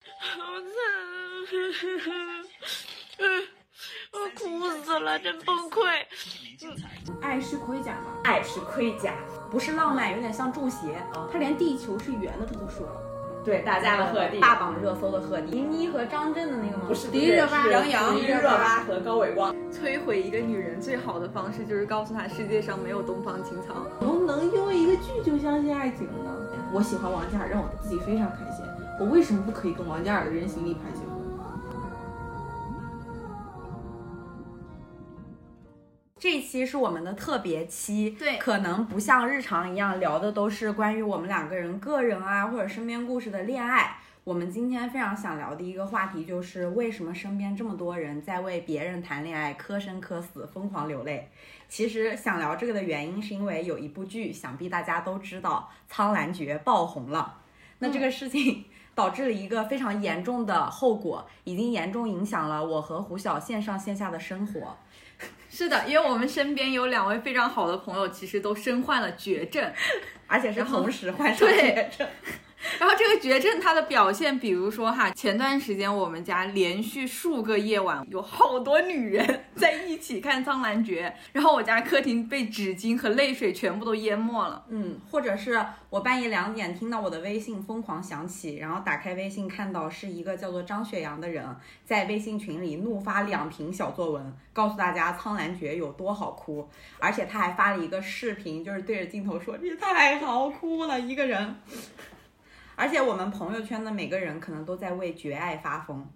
我哭死了，真崩溃。爱是盔甲吗？爱是盔甲，不是浪漫，有点像中邪。他连地球是圆的，他都说了。对大家的贺地，大榜热搜的贺地，倪妮和张震的那个吗？不是迪丽热巴、是杨洋、迪丽热巴和高伟光。摧毁一个女人最好的方式就是告诉她世界上没有东方青苍。怎么能因为一个剧就相信爱情呢？我喜欢王嘉尔，让我自己非常开心。我为什么不可以跟王嘉尔的人形立牌结婚？这一期是我们的特别期，对可能不像日常一样聊的都是关于我们两个人个人啊或者身边故事的恋爱。我们今天非常想聊的一个话题就是为什么身边这么多人在为别人谈恋爱磕生磕死，疯狂流泪。其实想聊这个的原因是因为有一部剧，想必大家都知道，《苍兰诀》爆红了。那这个事情 导致了一个非常严重的后果，已经严重影响了我和胡晓线上线下的生活。是的，因为我们身边有两位非常好的朋友，其实都身患了绝症。而且是然后同时患上对绝症。然后这个绝症它的表现，比如说哈，前段时间我们家连续数个夜晚有好多女人在一起看《苍兰诀》，然后我家客厅被纸巾和泪水全部都淹没了。嗯，或者是我半夜两点听到我的微信疯狂响起，然后打开微信看到是一个叫做张雪阳的人在微信群里怒发两篇小作文，告诉大家《苍兰诀》有多好哭，而且他还发了一个视频，就是对着镜头说这太好哭了，一个人。 而且我们朋友圈的每个人可能都在为绝爱发疯。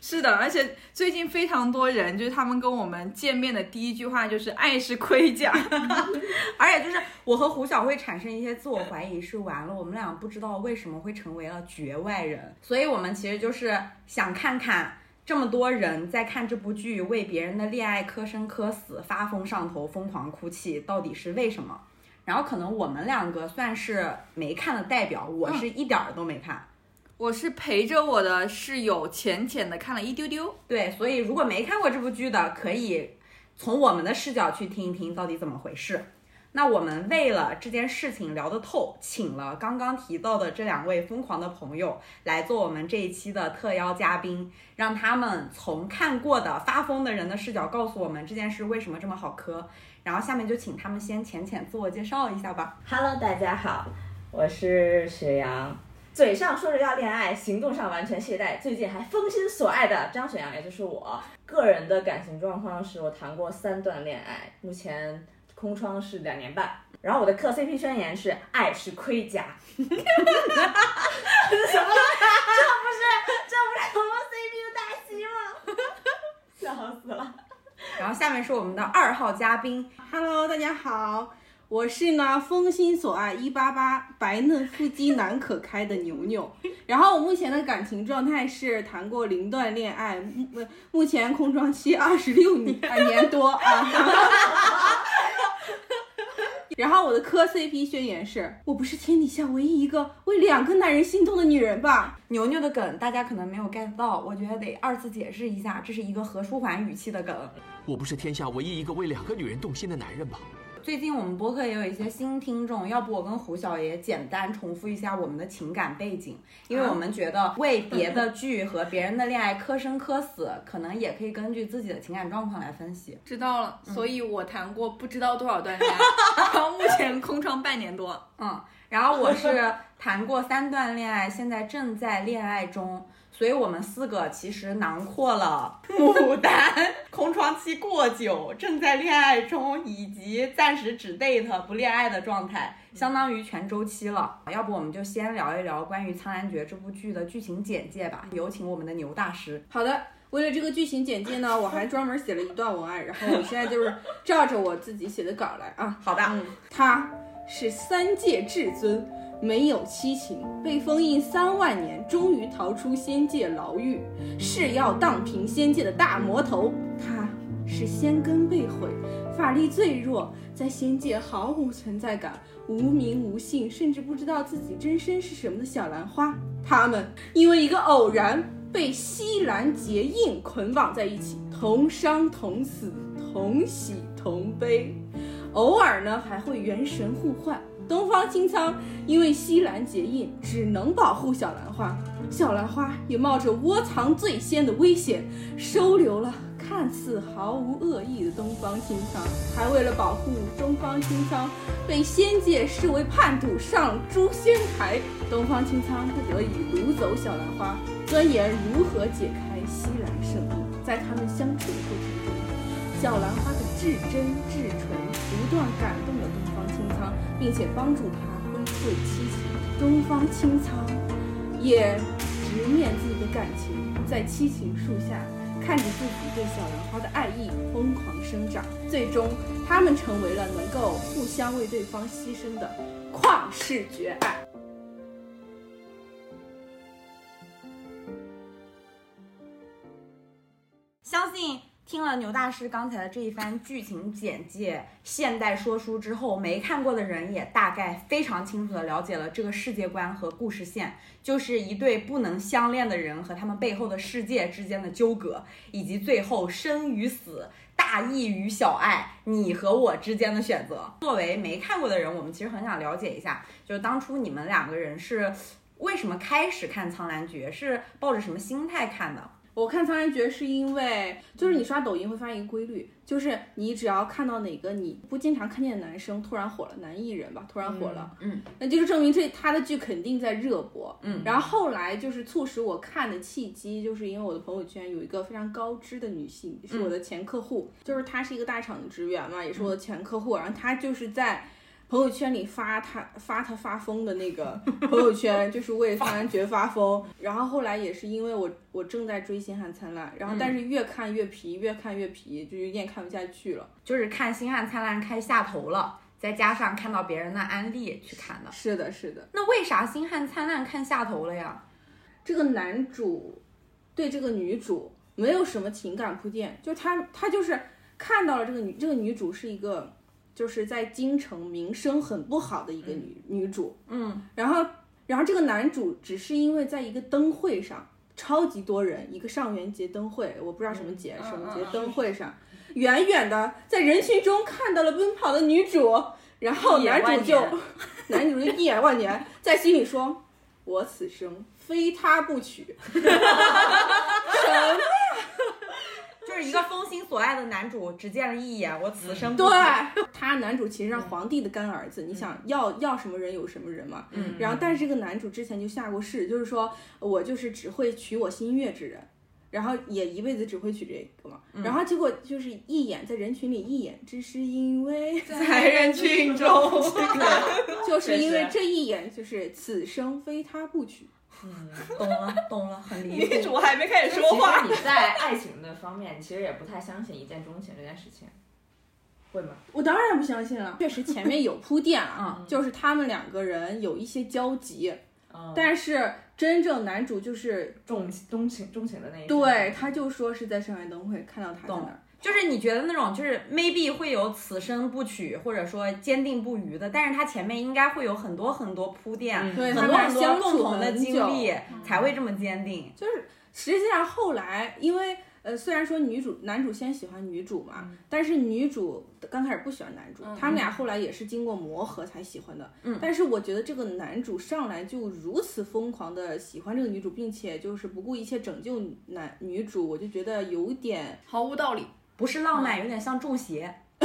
是的，而且最近非常多人，就是他们跟我们见面的第一句话就是“爱是盔甲而且就是我和胡晓会产生一些自我怀疑，是完了，我们俩不知道为什么会成为了局外人，所以我们其实就是想看看这么多人在看这部剧，为别人的恋爱磕生磕死、发疯上头、疯狂哭泣，到底是为什么？然后可能我们两个算是没看的代表，我是一点儿都没看。”。我是陪着我的室友浅浅的看了一丢丢。对，所以如果没看过这部剧的，可以从我们的视角去听一听到底怎么回事。那我们为了这件事情聊得透，请了刚刚提到的这两位疯狂的朋友来做我们这一期的特邀嘉宾，让他们从看过的发疯的人的视角告诉我们这件事为什么这么好磕。然后下面就请他们先浅浅自我介绍一下吧。 Hello，大家好，我是雪阳。嘴上说着要恋爱，行动上完全懈怠。最近还封心所爱的张雪阳，也就是我。个人的感情状况是我谈过三段恋爱，目前空窗是两年半。然后我的磕 CP 宣言是：爱是盔甲。什么？这不是这不是我们 CP 的大戏吗？笑死了。然后下面是我们的二号嘉宾， Hello，大家好，我是呢风心所爱一八八白嫩腹肌难可开的牛牛。然后我目前的感情状态是谈过零段恋爱，目呃目前空窗期二十六年啊年多啊。 然后我的磕 CP 宣言是：我不是天底下唯一一个为两个男人心动的女人吧？牛牛的梗大家可能没有 get 到，我觉得得二次解释一下，这是一个何书桓语气的梗。我不是天下唯一一个为两个女人动心的男人吧？最近我们播客也有一些新听众，要不我跟胡小爷简单重复一下我们的情感背景，因为我们觉得为别的剧和别人的恋爱磕生磕死，可能也可以根据自己的情感状况来分析。知道了，嗯所以我谈过不知道多少段恋爱，然后目前空窗半年多。嗯，然后我是谈过三段恋爱，现在正在恋爱中，所以我们四个其实囊括了牡丹、空窗期过久、正在恋爱中以及暂时只 date 不恋爱的状态，相当于全周期了。要不我们就先聊一聊关于《苍兰诀》这部剧的剧情简介吧，有请我们的牛大师。好的，为了这个剧情简介呢，我还专门写了一段文案，然后我现在就是照着我自己写的稿来啊。好的，他是三界至尊，没有七情，被封印三万年，终于逃出仙界牢狱，誓要荡平仙界的大魔头。他是仙根被毁，法力最弱，在仙界毫无存在感，无名无姓，甚至不知道自己真身是什么的小兰花。他们因为一个偶然被西兰结印捆绑在一起，同生同死，同喜同悲。偶尔呢还会元神互换，东方青苍因为西兰结印，只能保护小兰花，小兰花也冒着窝藏罪仙的危险，收留了看似毫无恶意的东方青苍，还为了保护东方青苍，被仙界视为叛徒，上诛仙台。东方青苍不得已掳走小兰花，钻研如何解开西兰圣印。在他们相处的过程中，小兰花的至真至纯不断感动了东方青苍，并且帮助他恢复七情。东方青苍也直面自己的感情，在七情树下看着自己对小兰花的爱意疯狂生长，最终他们成为了能够互相为对方牺牲的旷世绝爱。相信听了牛大师刚才的这一番剧情简介、现代说书之后，没看过的人也大概非常清楚的了解了这个世界观和故事线，就是一对不能相恋的人和他们背后的世界之间的纠葛，以及最后生与死、大义与小爱、你和我之间的选择。作为没看过的人，我们其实很想了解一下，就是当初你们两个人是为什么开始看《苍兰诀》，是抱着什么心态看的？我看《苍兰诀》是因为，就是你刷抖音会发现一个规律，就是你只要看到哪个你不经常看见的男生突然火了，男艺人吧，突然火了，嗯嗯那就是证明这他的剧肯定在热播，嗯然后后来就是促使我看的契机，就是因为我的朋友圈有一个非常高知的女性，是我的前客户，就是她是一个大厂的职员嘛，也是我的前客户，然后她就是在。朋友圈里发她发她发疯的那个朋友圈，就是为《苍兰诀》 发疯。然后后来也是因为我我正在追《星汉灿烂》，然后但是越看越皮，越看越皮，就有点看不下去了。就是看《星汉灿烂》开下头了，再加上看到别人的案例去看的。是的，是的。那为啥《星汉灿烂》看下头了呀？这个男主对这个女主没有什么情感铺垫，就他他就是看到了这个女这个女主是一个就是在京城名声很不好的一个女、女主，嗯，然后然后这个男主只是因为在一个灯会上。超级多人，一个上元节灯会，我不知道什么节，什么节灯会上，远远的在人群中看到了奔跑的女主，然后一眼男万主就 年男主就一眼 万年，在心里说：“我此生非他不娶。” 就是一个风心所爱的男主，只见了一眼，我此生不嗯对死，他男主其实是皇帝的干儿子，你想要要什么人有什么人嘛。嗯然后，但是这个男主之前就下过誓，就是说我就是只会娶我心悦之人，然后也一辈子只会娶这个嘛。嗯然后结果就是一眼在人群里一眼，只是因为在人群中。 就 是因为确实这一眼就是此生非他不娶。懂了，懂了，很离女 谱。主还没开始说其话，实你在爱情的方面，你其实也不太相信一见钟情这件事情，会吗？我当然不相信了，确实前面有铺垫啊，嗯 就是他们两个人有一些交集，嗯，但是真正男主就是重钟情钟情的那一对，他就说是在上海灯会看到他在懂那儿。就是你觉得那种就是 maybe 会有此生不娶，或者说坚定不渝的，但是他前面应该会有很多很多铺垫，嗯对，很他多们很相多共处同的很经久，嗯历，才会这么坚定。就是实际上后来，因为呃，虽然说女主男主先喜欢女主嘛，嗯但是女主刚开始不喜欢男主，他们俩后来也是经过磨合才喜欢的。嗯但是我觉得这个男主上来就如此疯狂的喜欢这个女主，并且就是不顾一切拯救男女主，我就觉得有点毫无道理。不嗯是浪漫，有点像中邪。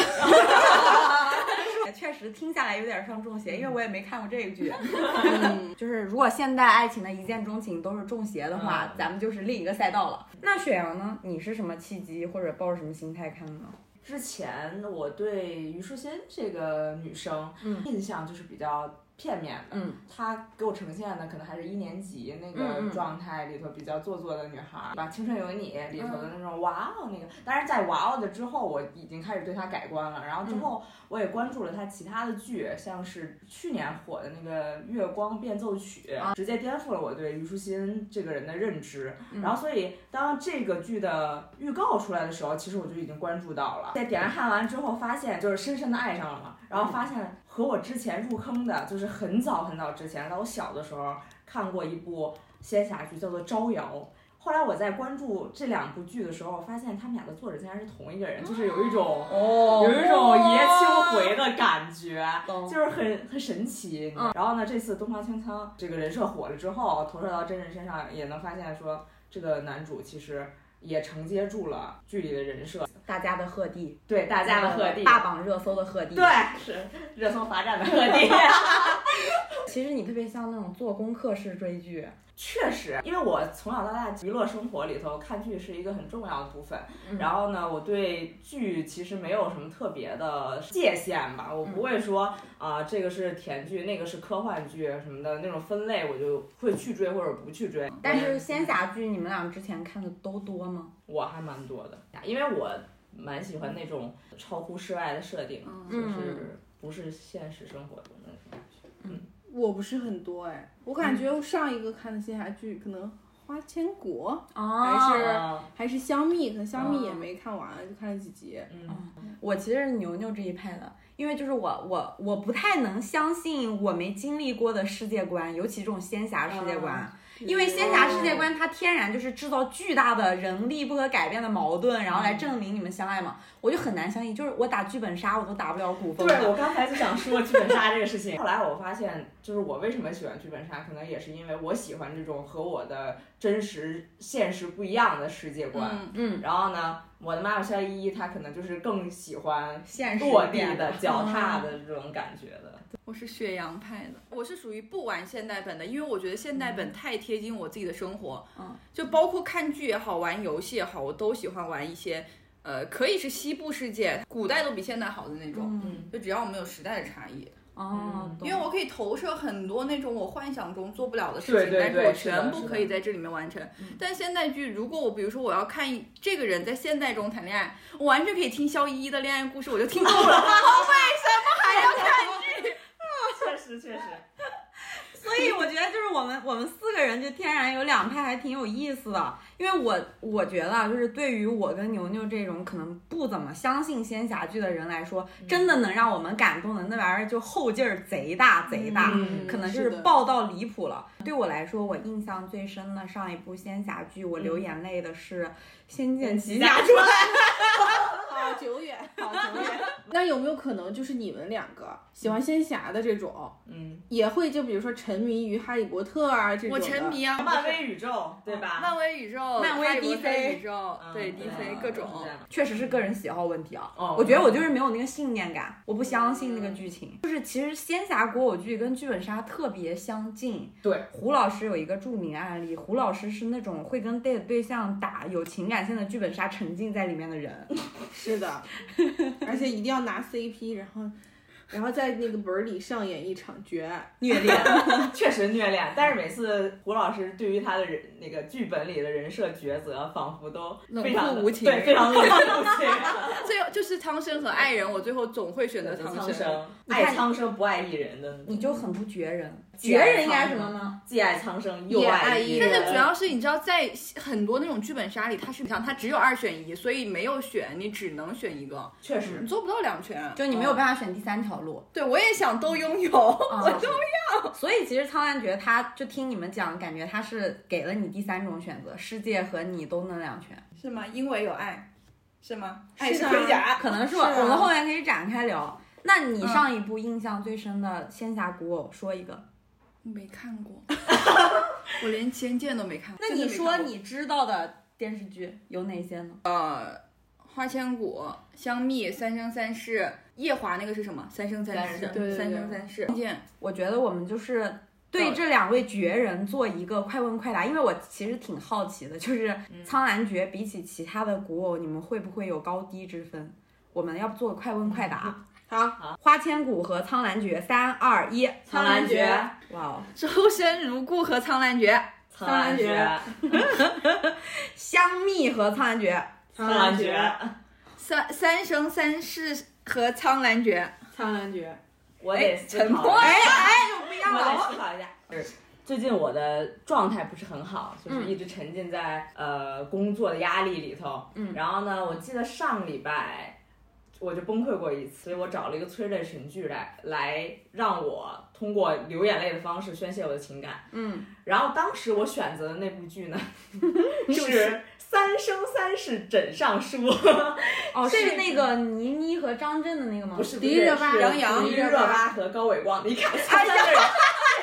确实听下来有点像中邪，嗯因为我也没看过这一剧。 就是如果现代爱情的一见钟情都是中邪的话，嗯咱们就是另一个赛道了。那雪阳呢？你是什么契机或者抱着什么心态看的呢？之前我对虞书欣这个女生，嗯印象就是比较片面的，嗯，她给我呈现的可能还是一年级那嗯个嗯状态里头比较做作的女孩儿，把《青春有你》里头的那种哇哦那个，但是在哇哦的之后，我已经开始对她改观了，然后之后我也关注了她其他的剧，像是去年火的那个《月光变奏曲》，直接颠覆了我对虞书欣这个人的认知，然后所以当这个剧的预告出来的时候，其实我就已经关注到了。在点开看完之后，发现就是深深的爱上了嘛，然后发现和我之前入坑的，就是很早很早之前，在我小的时候看过一部仙侠剧，叫做《招摇》。后来我在关注这两部剧的时候，发现他们俩的作者竟然是同一个人，就是有一种哦有一种爷青回的感觉，懂嗯就是很很神奇。你知道然后呢，这次东方青苍这个人设火了之后，投射到真人身上，也能发现说这个男主其实也承接住了剧里的人设，大家的鹤帝，对大家的鹤帝，嗯大嗯榜热搜的鹤帝。对，是热搜罚站的鹤 帝。其实你特别像那种做功课式追剧，确实，因为我从小到大娱乐生活里头看剧是一个很重要的部分。嗯然后呢，我对剧其实没有什么特别的界限吧，我不会说嗯啊、这个是甜剧，那个是科幻剧什么的那种分类，我就会去追或者不去追。嗯但是仙侠剧你们俩之前看的都多吗？我还蛮多的，因为我蛮喜欢那种超乎世外的设定，嗯就是不是现实生活中的那种。我不是很多哎，我感觉上一个看的仙侠剧可能《花千骨》哦还是嗯还是《香蜜》，可能《香蜜》也没看完，就看了几集。哦嗯，我其实是牛牛这一派的，因为就是我我我不太能相信我没经历过的世界观，尤其这种仙侠世界观。啊啊因为仙侠世界观它天然就是制造巨大的人力不可改变的矛盾，然后嗯来证明你们相爱嘛，我就很难相信，就是我打剧本杀我都打不了古风对，的。我刚才就想 说剧本杀这个事情。后来我发现，就是我为什么喜欢剧本杀，可能也是因为我喜欢这种和我的真实现实不一样的世界观。嗯嗯，然后呢，我的妈妈肖依依她可能就是更喜欢现实落一地点的、嗯脚踏的这种感觉的。我是学洋派的，我是属于不玩现代本的，因为我觉得现代嗯本太贴近我自己的生活。嗯，就包括看剧也好，玩游戏也好，我都喜欢玩一些，呃，可以是西部世界，古代都比现代好的那种。嗯就只要我们有时代的差异，嗯哦，懂因为我可以投射很多那种我幻想中做不了的事对情，对但是对我是的全是部的嗯可以在这里面完成。但现代剧，如果我比如说我要看一这个人在现代中谈恋爱，我完全可以听萧依依的恋爱故事，我就听够 了。哦确实，确实，所以我觉得就是我们我们四个人就天然有两派，还挺有意思的。因为我我觉得啊就是对于我跟牛牛这种可能不怎么相信仙侠剧的人来说，嗯真的能让我们感动的那玩意儿就后劲儿贼大贼啊大。嗯可能就是是的爆到离谱了。对我来说，我印象最深的上一部仙侠剧，我流眼泪的是《嗯仙剑奇侠传》。 好久远，好久远。 那有没有可能就是你们两个喜欢仙侠的这种，嗯，也会就比如说沉迷于《哈利波特》啊这种？我沉。迷啊，漫威宇宙对吧？嗯漫威宇宙、漫威哈利波特 DC 宇宙，对嗯 DC 各种。确实是个人喜好问题啊。哦嗯我觉得我就是没有那个信念感，我不相信那个剧情。就是其实仙侠古偶剧跟剧本杀特别相近。对，胡老师有一个著名案例，胡老师是那种会跟 date 对象打有情感线的剧本杀，沉浸在里面的人。 是的，而且一定要拿 CP，然后。然后在那个本儿里上演一场绝爱，虐 恋，确实虐恋，但是每次胡老师对于他的人那个剧本里的人设抉择，仿佛都非常冷的酷无情对，非常冷酷无情。最后就是苍生和爱人，我最后总会选择苍生。生，你看爱苍生不爱艺人的，你就很不绝人。 既绝爱人应该苍什么生呢？既爱苍生又也爱爱艺艺但人是主要是你知道，在很多那种剧本杀里，它是这样，它只有二选一，所以没有选，你只能选一个，确实你做不到两全。就你没有办法选第三 条路。对我也想都拥有， 我都要。所以其实苍兰诀，他就听你们讲，感觉他是给了你第三种选择，世界和你都能两全。是吗？因为有爱，是吗？爱是是的盔甲。可能是我是啊我们后面可以展开聊。那你嗯上一部印象最深的仙侠古偶，说一个。没看过， 我连《仙剑》都没看。那真的你没看过说你知道的电视剧有哪些呢？花千骨、香蜜、三生三世、夜华那个是什么？三生三世三生，对对对三生三世。仙剑我觉得我们就是。对这两位绝人做一个快问快答，因为我其实挺好奇的，就是嗯苍兰诀比起其他的古偶，你们会不会有高低之分？我们要不做快问快答？嗯好，花千骨和苍兰诀，三二一，苍兰诀，哇哦，周深、如故和苍兰诀。苍兰诀诀，香蜜和苍兰诀，苍苍兰诀，三三生三世和苍兰诀，苍兰诀，我得思考沉一下默哎哎，有不一样我了，得思考一 下。最近我的状态不是很好，就是嗯一直沉浸在、呃工作的压力里头。嗯然后呢，我记得上礼拜我就崩溃过一次，所以我找了一个催泪神剧来来让我通过流眼泪的方式宣泄我的情感。嗯，然后当时我选择的那部剧呢， 是《三生三世枕上书》，哦，这是那个倪妮和张震的那个吗？不是迪热巴杨杨洋迪热巴和高伟光，你哎看他三 个人，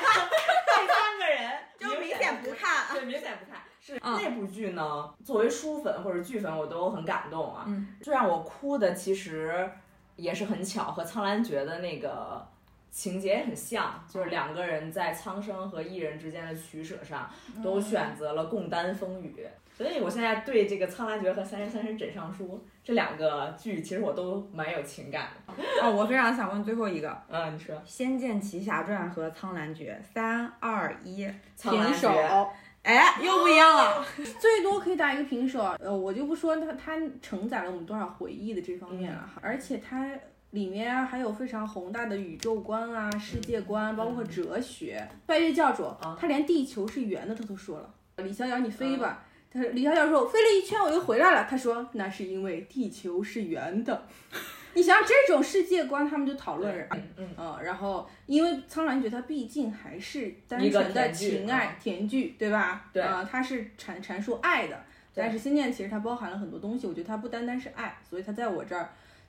这三个人就明显不看对，明显不看。是嗯那部剧呢，作为书粉或者剧粉，我都很感动啊。嗯，最让我哭的其实也是很巧，和《苍兰诀》的那个情节也很像，就是两个人在苍生和异人之间的取舍上，嗯都选择了共担风雨。所以我现在对这个《苍兰诀》和《三生三世枕上书》这两个剧，其实我都蛮有情感的。哦，我非常想问最后一个，《嗯，你说仙剑奇侠传》和《苍兰诀》，三二一，苍兰平诀手，哎，又不一样了。最多可以打一个平手。呃，我就不说它它承载了我们多少回忆的这方面了，而且它里面啊还有非常宏大的宇宙观啊、世界观，包括哲学。拜月教主啊，他连地球是圆的，他都说了。李逍遥，你飞吧。他李逍遥说：“我飞了一圈，我又回来了。”他说：“那是因为地球是圆的。” 你想想这种世界观，他们就讨论嗯嗯，嗯，然后因为《苍兰诀》它毕竟还是单一个纯的甜剧啊情爱甜剧，对吧？对啊、它是阐阐述爱的。对但是《仙剑》其实它包含了很多东西，我觉得它不单单是爱，所以它在我这儿，《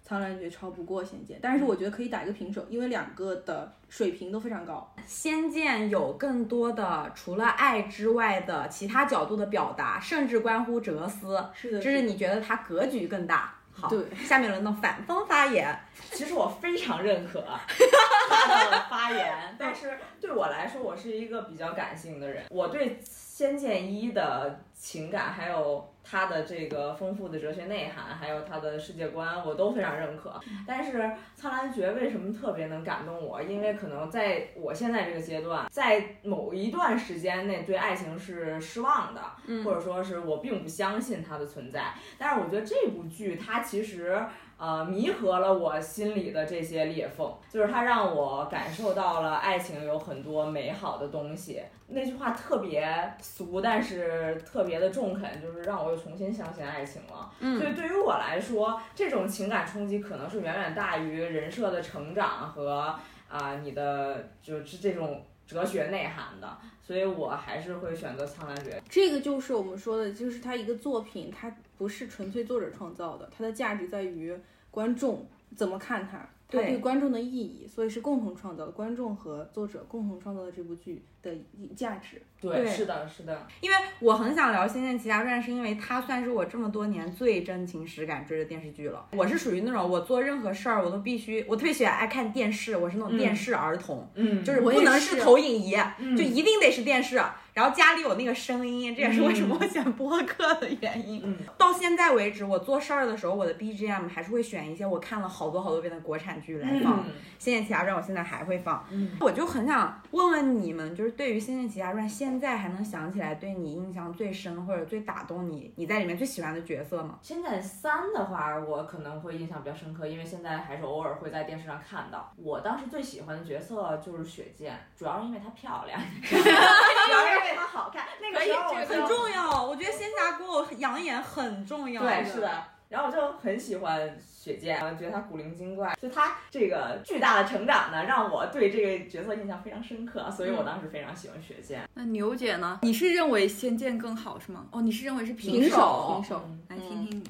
苍兰诀》超不过《仙剑》，但是我觉得可以打一个平手，因为两个的水平都非常高。 《仙剑》有更多的除了爱之外的其他角度的表达，甚至关乎哲思，是的，这是你觉得它格局更大。好，对，下面轮到反方发言。其实我非常认可啊他的发言，但是对我来说，我是一个比较感性的人。我对《仙剑一》的情感，还有它的这个丰富的哲学内涵，还有它的世界观，我都非常认可。但是《苍兰诀》为什么特别能感动我？因为可能在我现在这个阶段，在某一段时间内对爱情是失望的，或者说是我并不相信它的存在。但是我觉得这部剧它其实。呃，弥合了我心里的这些裂缝，就是它让我感受到了爱情有很多美好的东西。那句话特别俗，但是特别的中肯，就是让我又重新相信爱情了。嗯，所以对于我来说，这种情感冲击可能是远远大于人设的成长和啊、你的就是这种哲学内涵的。所以我还是会选择《苍兰诀》。这个就是我们说的，就是它一个作品，它不是纯粹作者创造的，它的价值在于观众怎么看它，它对对观众的意义，所以是共同创造的，观众和作者共同创造的这部剧的价值。对，对是的，是的。因为我很想聊《仙剑奇侠传》，是因为它算是我这么多年最真情实感追的电视剧了。我是属于那种我做任何事儿我都必须，我特别喜欢爱看电视，我是那种电视儿童，嗯，就是我不也能是投影仪，嗯就一定得是电视。然后家里有那个声音，这也是为什么我选播客的原因。嗯到现在为止，我做事儿的时候，我的 BGM 还是会选一些我看了好多好多遍的国产剧来放，嗯仙剑奇侠传》我现在还会放。嗯我就很想问问你们，就是对于《仙剑奇侠传》，现在还能想起来对你印象最深或者最打动你，你在里面最喜欢的角色吗？仙剑三的话，我可能会印象比较深刻，因为现在还是偶尔会在电视上看到。我当时最喜欢的角色就是雪见，主要是因为她漂亮， 主要是因为她好看。那个时候我就很重要，我觉得仙侠给我养眼很重要。对，是。的。然后我就很喜欢雪见，我觉得她古灵精怪，就她这个巨大的成长呢，让我对这个角色印象非常深刻，所以我当时非常喜欢雪见。那牛姐呢？你是认为《仙剑》更好是吗？哦，你是认为是平平手？平手。嗯来听听你。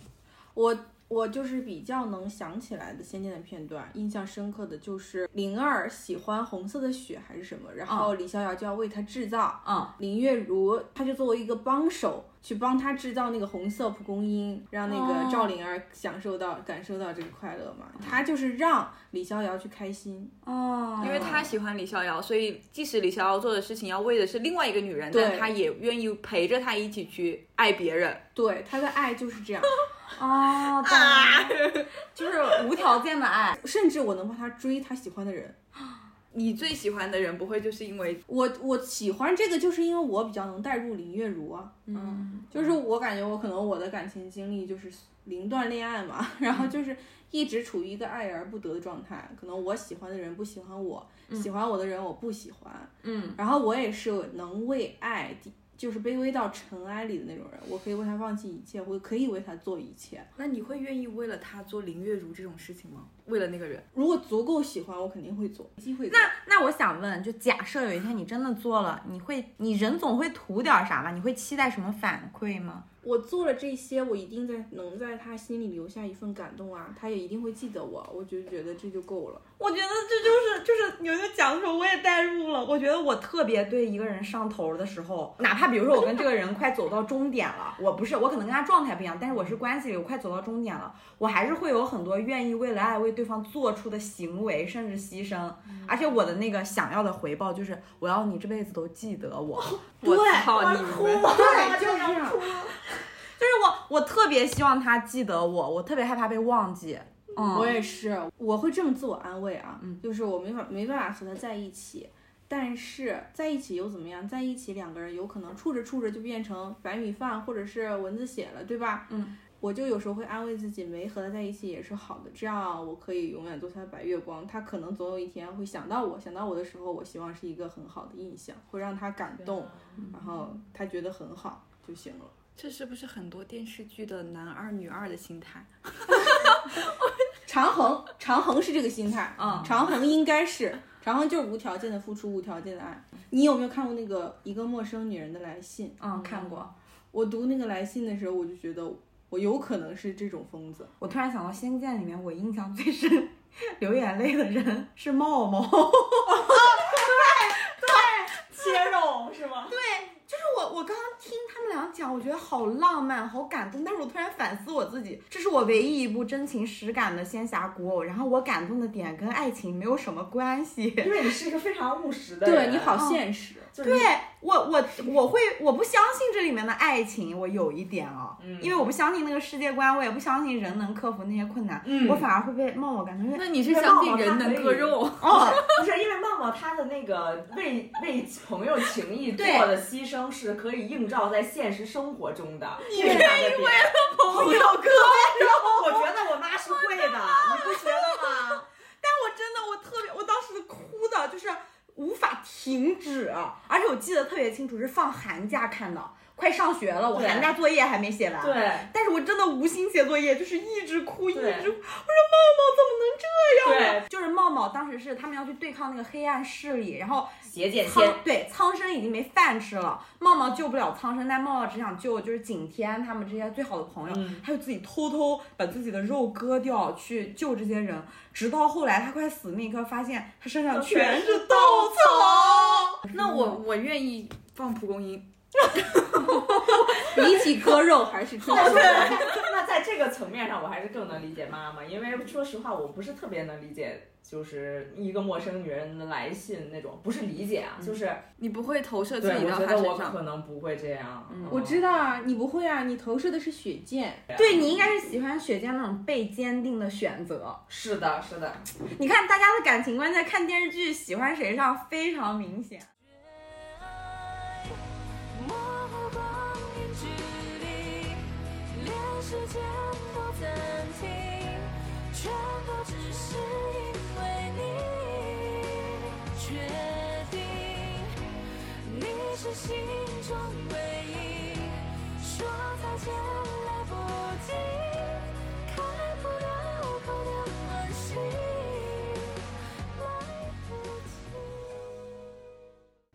我我就是比较能想起来的《仙剑》的片段，印象深刻的就是灵儿喜欢红色的雪还是什么，然后李逍遥就要为她制造，嗯，林月如她就作为一个帮手去帮她制造那个红色蒲公英，让那哦个赵灵儿享受到、感受到这个快乐嘛，她就是让李逍遥去开心，哦，嗯因为他喜欢李逍遥，所以即使李逍遥做的事情要为的是另外一个女人，对但他也愿意陪着她一起去爱别人。对，她的爱就是这样， 哦，懂了， 就是无条件的爱。甚至我能帮她追她喜欢的人。你最喜欢的人不会就是因为我我喜欢这个，就是因为我比较能代入林月如啊， 嗯，就是我感觉我可能我的感情经历就是零段恋爱嘛， 然后就是一直处于一个爱而不得的状态。可能我喜欢的人不喜欢我，喜欢我的人我不喜欢，嗯，然后我也是能为爱抵就是卑微到尘埃里的那种人，我可以为他放弃一切，我可以为他做一切。那你会愿意为了他做林月如这种事情吗？为了那个人？如果足够喜欢，我肯定会做，机会做那那我想问，就假设有一天你真的做了，你会你人总会图点啥吧？你会期待什么反馈吗？我做了这些，我一定在能在他心里留下一份感动啊，他也一定会记得我，我就觉得这就够了。我觉得这就是就是牛牛讲的时候，我也代入了。我觉得我特别对一个人上头的时候，哪怕比如说我跟这个人快走到终点了，我不是我可能跟他状态不一样，但是我是关系里我快走到终点了，我还是会有很多愿意为了爱为对方做出的行为，甚至牺牲。而且我的那个想要的回报就是我要你这辈子都记得我。我操你们！对，就是这 样就是我，我特别希望他记得我，我特别害怕被忘记。嗯，我也是，我会这么自我安慰啊，就是我没法没办法和他在一起，但是在一起又怎么样？在一起两个人有可能处着处着就变成白米饭或者是蚊子血了，对吧？嗯，我就有时候会安慰自己，没和他在一起也是好的，这样我可以永远做他的白月光。他可能总有一天会想到我，想到我的时候，我希望是一个很好的印象，会让他感动，啊然后他觉得很好就行了。这是不是很多电视剧的男二女二的心态？长恒，长恒是这个心态，嗯长恒应该是，长恒就是无条件的付出，无条件的爱。你有没有看过那个《一个陌生女人的来信》？嗯，看过。我读那个来信的时候，我就觉得我有可能是这种疯子。我突然想到《仙剑》里面，我印象最深 流眼泪的人是茂茂。 切肉是吗？ 就是我，我刚刚听他们俩讲，我觉得好浪漫，好感动。但是我突然反思我自己，这是我唯一一部真情实感的仙侠古偶，然后我感动的点跟爱情没有什么关系。 因为你是一个非常务实的人，对你好现实，就是对你，我我我会我不相信这里面的爱情，我有一点哦，嗯因为我不相信那个世界观，我也不相信人能克服那些困难，嗯我反而会被冒冒感动，因为那你是相信人能割 肉？哦，不是因为茂茂他的那个为为朋友情谊做对的牺牲是可以映照在现实生活中的。你意愿为了 朋友哥，我觉得我妈是会的，你不觉得吗？但我真的我特别，我当时哭的就是无法停止，啊而且我记得特别清楚，是放寒假看的，快上学了，我对寒假作业还没写完，对但是我真的无心写作业，就是一直哭，一直哭。我对说茂茂怎么能这样呢？对就是茂茂当时是他们要去对抗那个黑暗势力，然后节俭苍先，对苍生已经没饭吃了，茂茂救不了苍生，但茂茂只想救就是景天他们这些最好的朋友，嗯他就自己偷偷把自己的肉割掉去救这些人，直到后来他快死那一刻，发现他身上全是稻草。那我我愿意放蒲公英。比起割肉 还是出 手。那在这个层面上，我还是更能理解妈妈，因为说实话，我不是特别能理解，就是一个陌生女人的来信那种，不是理解啊，就是你不会投射自对，己我到觉他得身我上。可能不会这样。嗯我知道啊，你不会啊，你投射的是血溅。啊对你应该是喜欢雪见那种被坚定的选择。是的，是的，你看大家的感情观在看电视剧喜欢谁上非常明显。模糊光影距离，连时间都暂停，全都只是因为你决定。你是心中唯一，说再见来不及，开不了口的关系，来不及。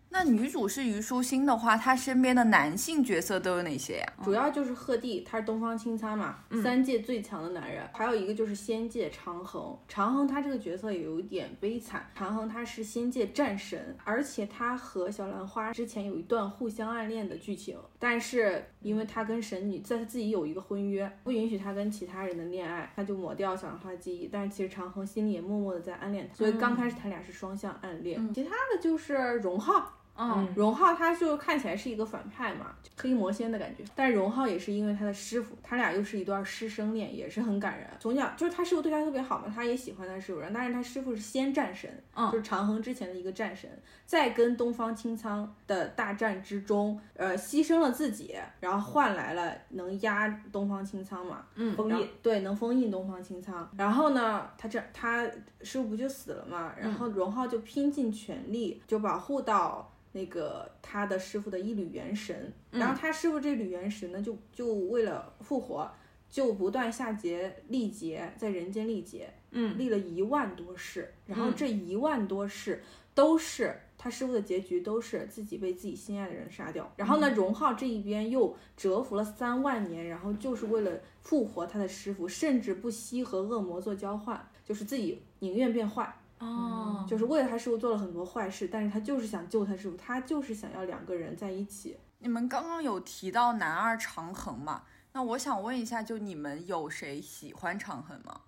那女主是虞书欣的话，她身边的男性角色都有哪些呀、主要就是鹤棣，他是东方青苍嘛，三界最强的男人。还有一个就是仙界长恒，长恒他这个角色也有一点悲惨。长恒他是仙界战神，而且他和小兰花之前有一段互相暗恋的剧情，但是因为他跟神女在他自己有一个婚约，不允许他跟其他人的恋爱，他就抹掉小兰花的记忆。但是其实长恒心里也默默的在暗恋他，所以刚开始他俩是双向暗恋。其他的就是荣浩，嗯，荣浩他就看起来是一个反派嘛，就黑魔仙的感觉。但荣浩也是因为他的师傅，他俩又是一段师生恋，也是很感人。从小就是他师傅对他特别好嘛，他也喜欢他师傅。然后但是他师傅是仙战神，嗯就是长恒之前的一个战神，在跟东方青苍的大战之中，呃，牺牲了自己，然后换来了能压东方青苍嘛。封嗯然后印，对，能封印东方青苍。然后呢，他这嗯他师傅不就死了嘛？然后荣浩就拼尽全力，就保护到那个他的师傅的一缕元神，然后他师傅这缕元神呢，就就为了复活，就不断下劫历劫，在人间历劫，嗯，历了一万多世，然后这一万多世都是他师傅的结局，都是自己被自己心爱的人杀掉。然后呢，荣浩这一边又蛰伏了三万年，然后就是为了复活他的师傅，甚至不惜和恶魔做交换，就是自己宁愿变坏，嗯哦，就是为了他师傅做了很多坏事，但是他就是想救他师傅，他就是想要两个人在一起。你们刚刚有提到男二长恒嘛？那我想问一下，就你们有谁喜欢长恒吗？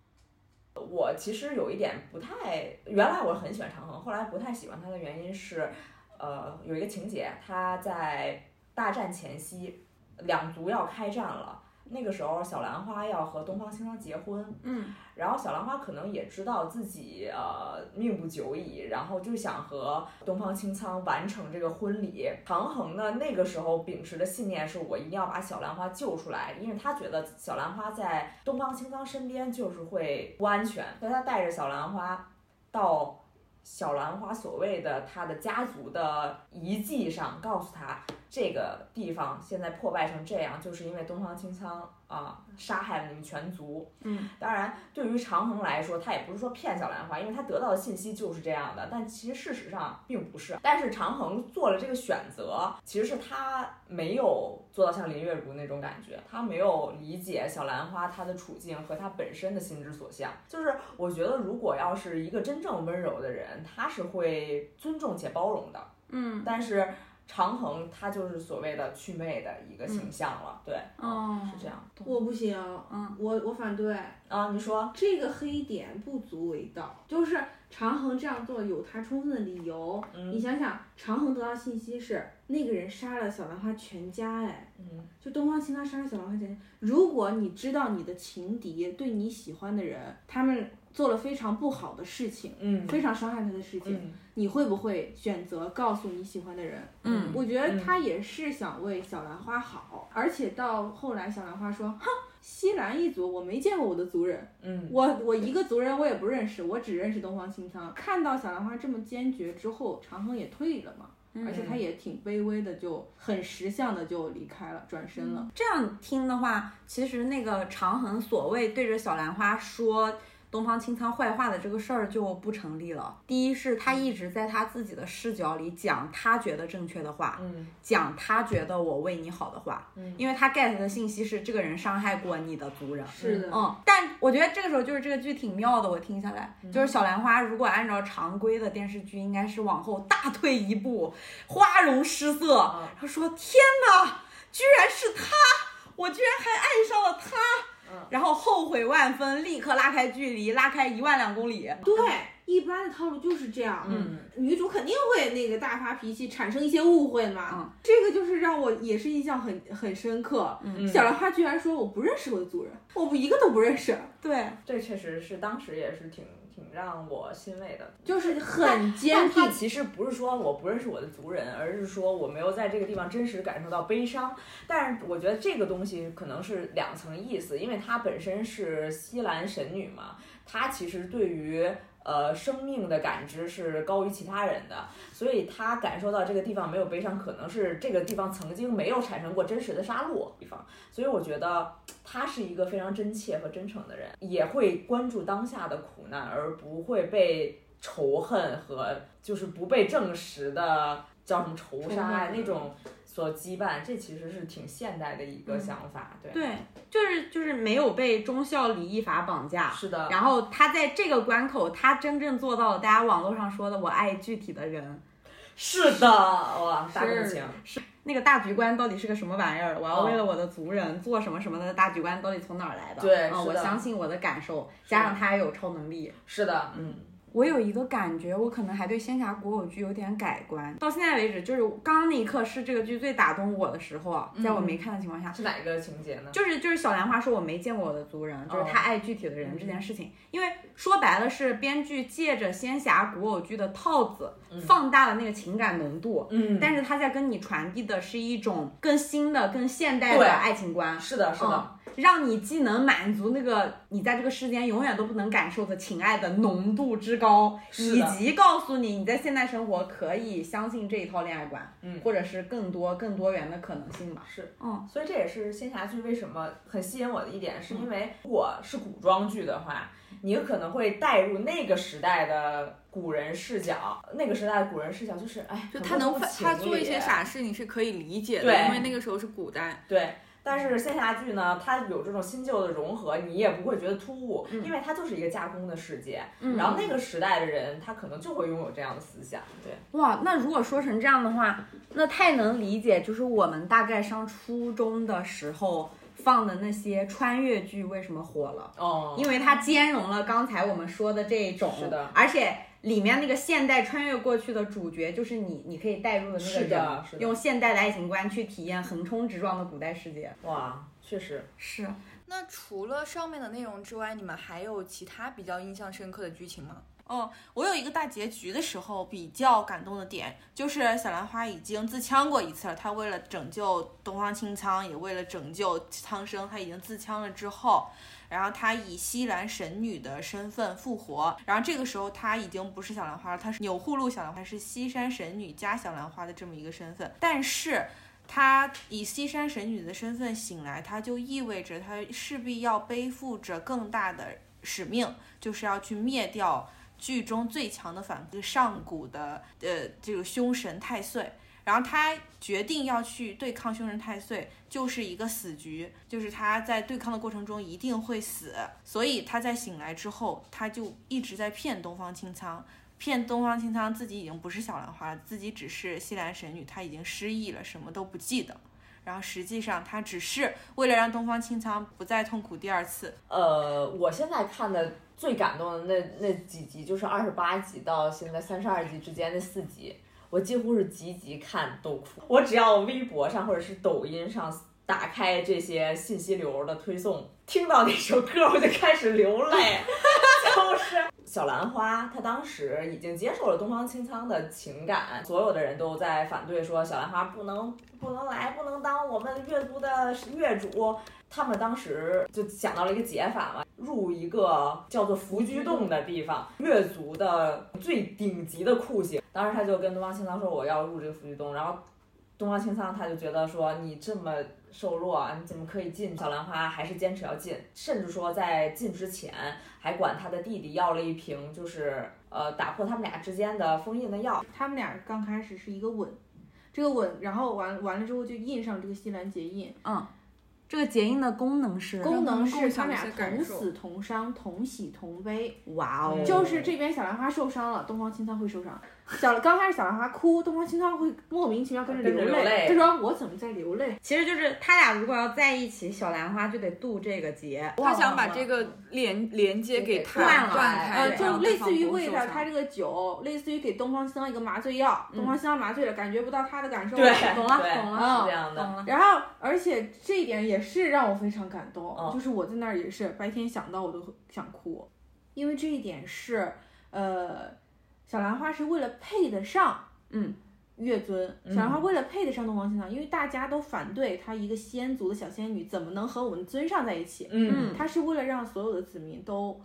我其实有一点不太，原来我很喜欢长恒，后来不太喜欢他的原因是，呃，有一个情节，他在大战前夕，两族要开战了。那个时候，小兰花要和东方青苍结婚，嗯，然后小兰花可能也知道自己呃命不久矣，然后就想和东方青苍完成这个婚礼。长恒呢，那个时候秉持的信念是我一定要把小兰花救出来，因为他觉得小兰花在东方青苍身边就是会不安全，所以他带着小兰花到小兰花所谓的他的家族的遗迹上，告诉他这个地方现在破败成这样，就是因为东方青苍啊杀害了你们全族。嗯，当然，对于长恒来说，他也不是说骗小兰花，因为他得到的信息就是这样的，但其实事实上并不是。但是长恒做了这个选择，其实是他没有做到像林月如那种感觉，他没有理解小兰花她的处境和她本身的心之所向。就是我觉得，如果要是一个真正温柔的人，他是会尊重且包容的。嗯，但是长恒他就是所谓的祛魅的一个形象了，对，哦嗯是这样我不行，嗯，我我反对啊。你说，这个黑点不足为道，就是长恒这样做有他充分的理由。你嗯想想，长恒得到信息是那个人杀了小兰花全家，哎，嗯就东方青苍杀了小兰花全家。哎如果你知道你的情敌对你喜欢的人，他们做了非常不好的事情，嗯非常伤害他的事情，嗯你会不会选择告诉你喜欢的人？嗯我觉得他也是想为小兰花好，而且到后来小兰花说：“哼，西兰一族我没见过我的族人。”嗯我我一个族人我也不认识，我只认识东方青苍。看到小兰花这么坚决之后，长恒也退了嘛，而且他也挺卑微的，就很识相的就离开了，转身了。这样听的话，其实那个长恒所谓对着小兰花说东方青苍坏话的这个事儿就不成立了。第一是他一直在他自己的视角里讲他觉得正确的话，嗯讲他觉得我为你好的话，嗯因为他 get 的信息是这个人伤害过你的族人。是的，嗯，但我觉得这个时候就是这个剧挺妙的。我听下来，就是小兰花如果按照常规的电视剧，应该是往后大退一步，花容失色。哦啊他说：“天哪，居然是他！我居然还爱上了他。”嗯然后后悔万分，立刻拉开距离，拉开一万两公里。对，一般的套路就是这样。嗯，女主肯定会那个大发脾气，产生一些误会嘛。嗯这个就是让我也是印象很很深刻。嗯小兰花居然说我不认识我的族人，我不一个都不认识，对，这确实是当时也是挺挺让我欣慰的。就是很但坚定他。其实不是说我不认识我的族人，而是说我没有在这个地方真实感受到悲伤。但是我觉得这个东西可能是两层意思，因为她本身是西兰神女嘛，她其实对于呃生命的感知是高于其他人的，所以她感受到这个地方没有悲伤，可能是这个地方曾经没有产生过真实的杀戮地方。所以我觉得他是一个非常真切和真诚的人，也会关注当下的苦难，而不会被仇恨和就是不被证实的叫什么仇杀呀那种所羁绊。这其实是挺现代的一个想法，对，对，就是就是没有被忠孝礼义法绑架。是的，然后他在这个关口，他真正做到了大家网络上说的“我爱具体的人是的，哇，大共情，”。那个大局观到底是个什么玩意儿？我要哦为了我的族人做什么什么的大局观到底从哪儿来的？对啊、是我的相信我的感受，加上他有超能力，是的，嗯我有一个感觉，我可能还对仙侠古偶剧有点改观。到现在为止，就是刚刚那一刻是这个剧最打动我的时候嗯啊，在我没看的情况下，是哪一个情节呢？就是就是小兰花说我没见过我的族人，就是他爱具体的人这件事嗯情，因为说白了是编剧借着仙侠古偶剧的套子嗯放大了那个情感浓度，嗯但是他在跟你传递的是一种更新的、更现代的对爱情观。是的，是的，嗯让你既能满足那个你在这个世间永远都不能感受的情爱的浓度之高，是以的及告诉你你在现代生活可以相信这一套恋爱观，嗯或者是更多更多元的可能性吧。是，嗯，所以这也是仙侠剧为什么很吸引我的一点，嗯是因为如果是古装剧的话，你可能会带入那个时代的古人视角，那个时代的古人视角就是，哎，就很他多能都反情他做一理些傻事，你是可以理解的，对因为那个时候是古代。对，但是仙侠剧呢，它有这种新旧的融合，你也不会觉得突兀，嗯因为它就是一个架空的世界。然后那个时代的人，他可能就会拥有这样的思想。对，哇，那如果说成这样的话，那太能理解，就是我们大概上初中的时候放的那些穿越剧为什么火了。哦因为它兼容了刚才我们说的这种，是的而且里面那个现代穿越过去的主角就是你，你可以带入的那个是人，的是的用现代的爱情观去体验横冲直撞的古代世界，哇，确实，是那除了上面的内容之外，你们还有其他比较印象深刻的剧情吗？嗯，我有一个大结局的时候比较感动的点，就是小兰花已经自枪过一次了，她为了拯救东方青苍，也为了拯救苍生，她已经自枪了之后，然后她以西兰神女的身份复活，然后这个时候她已经不是小兰花了，她是钮祜禄小兰花，是西山神女加小兰花的这么一个身份，但是。她以西山神女的身份醒来，她就意味着她势必要背负着更大的使命，就是要去灭掉剧中最强的反派上古的呃这个凶神太岁，然后他决定要去对抗凶神太岁，就是一个死局，就是他在对抗的过程中一定会死，所以他在醒来之后，他就一直在骗东方青苍。骗东方青苍自己已经不是小兰花了，自己只是西兰神女，她已经失忆了，什么都不记得。然后实际上，她只是为了让东方青苍不再痛苦第二次，呃，我现在看的最感动的那那几集，就是二十八集到现在三十二集之间那四集，我几乎是集集看都哭。我只要微博上或者是抖音上打开这些信息流的推送，听到那首歌我就开始流泪，就是。小兰花，她当时已经接受了东方青苍的情感，所有的人都在反对说小兰花不能不能来，不能当我们阅读的月主，他们当时就想到了一个解法嘛，入一个叫做伏居洞的地方，越族的最顶级的酷刑。当时他就跟东方青苍说：“我要入这个伏居洞。”然后东方青苍他就觉得说：“你这么瘦弱，啊你怎么可以进？”小兰花还是坚持要进，甚至说在进之前还管他的弟弟要了一瓶，就是呃打破他们俩之间的封印的药。他们俩刚开始是一个吻，这个吻，然后完完了之后就印上这个西兰结印，这个结印的功能是功能共是他享们一俩些感同受死同伤，同喜同悲。哇哦，就是这边小兰花受伤了，东方青苍会受伤。小刚开始小兰花哭，东方青苍会莫名其妙跟着跟着流流泪泪，就说我怎么在流泪？其实就是他俩如果要在一起，小兰花就得渡这个劫，他想把这个连连接给给断断了断开，哎呃，对就让类对方似于不为受了伤他这个酒，类似于给东方青苍一个麻醉药，东方青苍麻醉了，感觉不到他的感 受。对，懂了对懂了是这样懂的。了？然后，而且这一点也是让我非常感动，哦嗯就是我在那儿也是白天想到我都想哭，因为这一点是，呃，小兰花是为了配得上，嗯，月尊，嗯小兰花为了配得上东方青苍，因为大家都反对她一个仙族的小仙女怎么能和我们尊上在一起，嗯，她是为了让所有的子民都。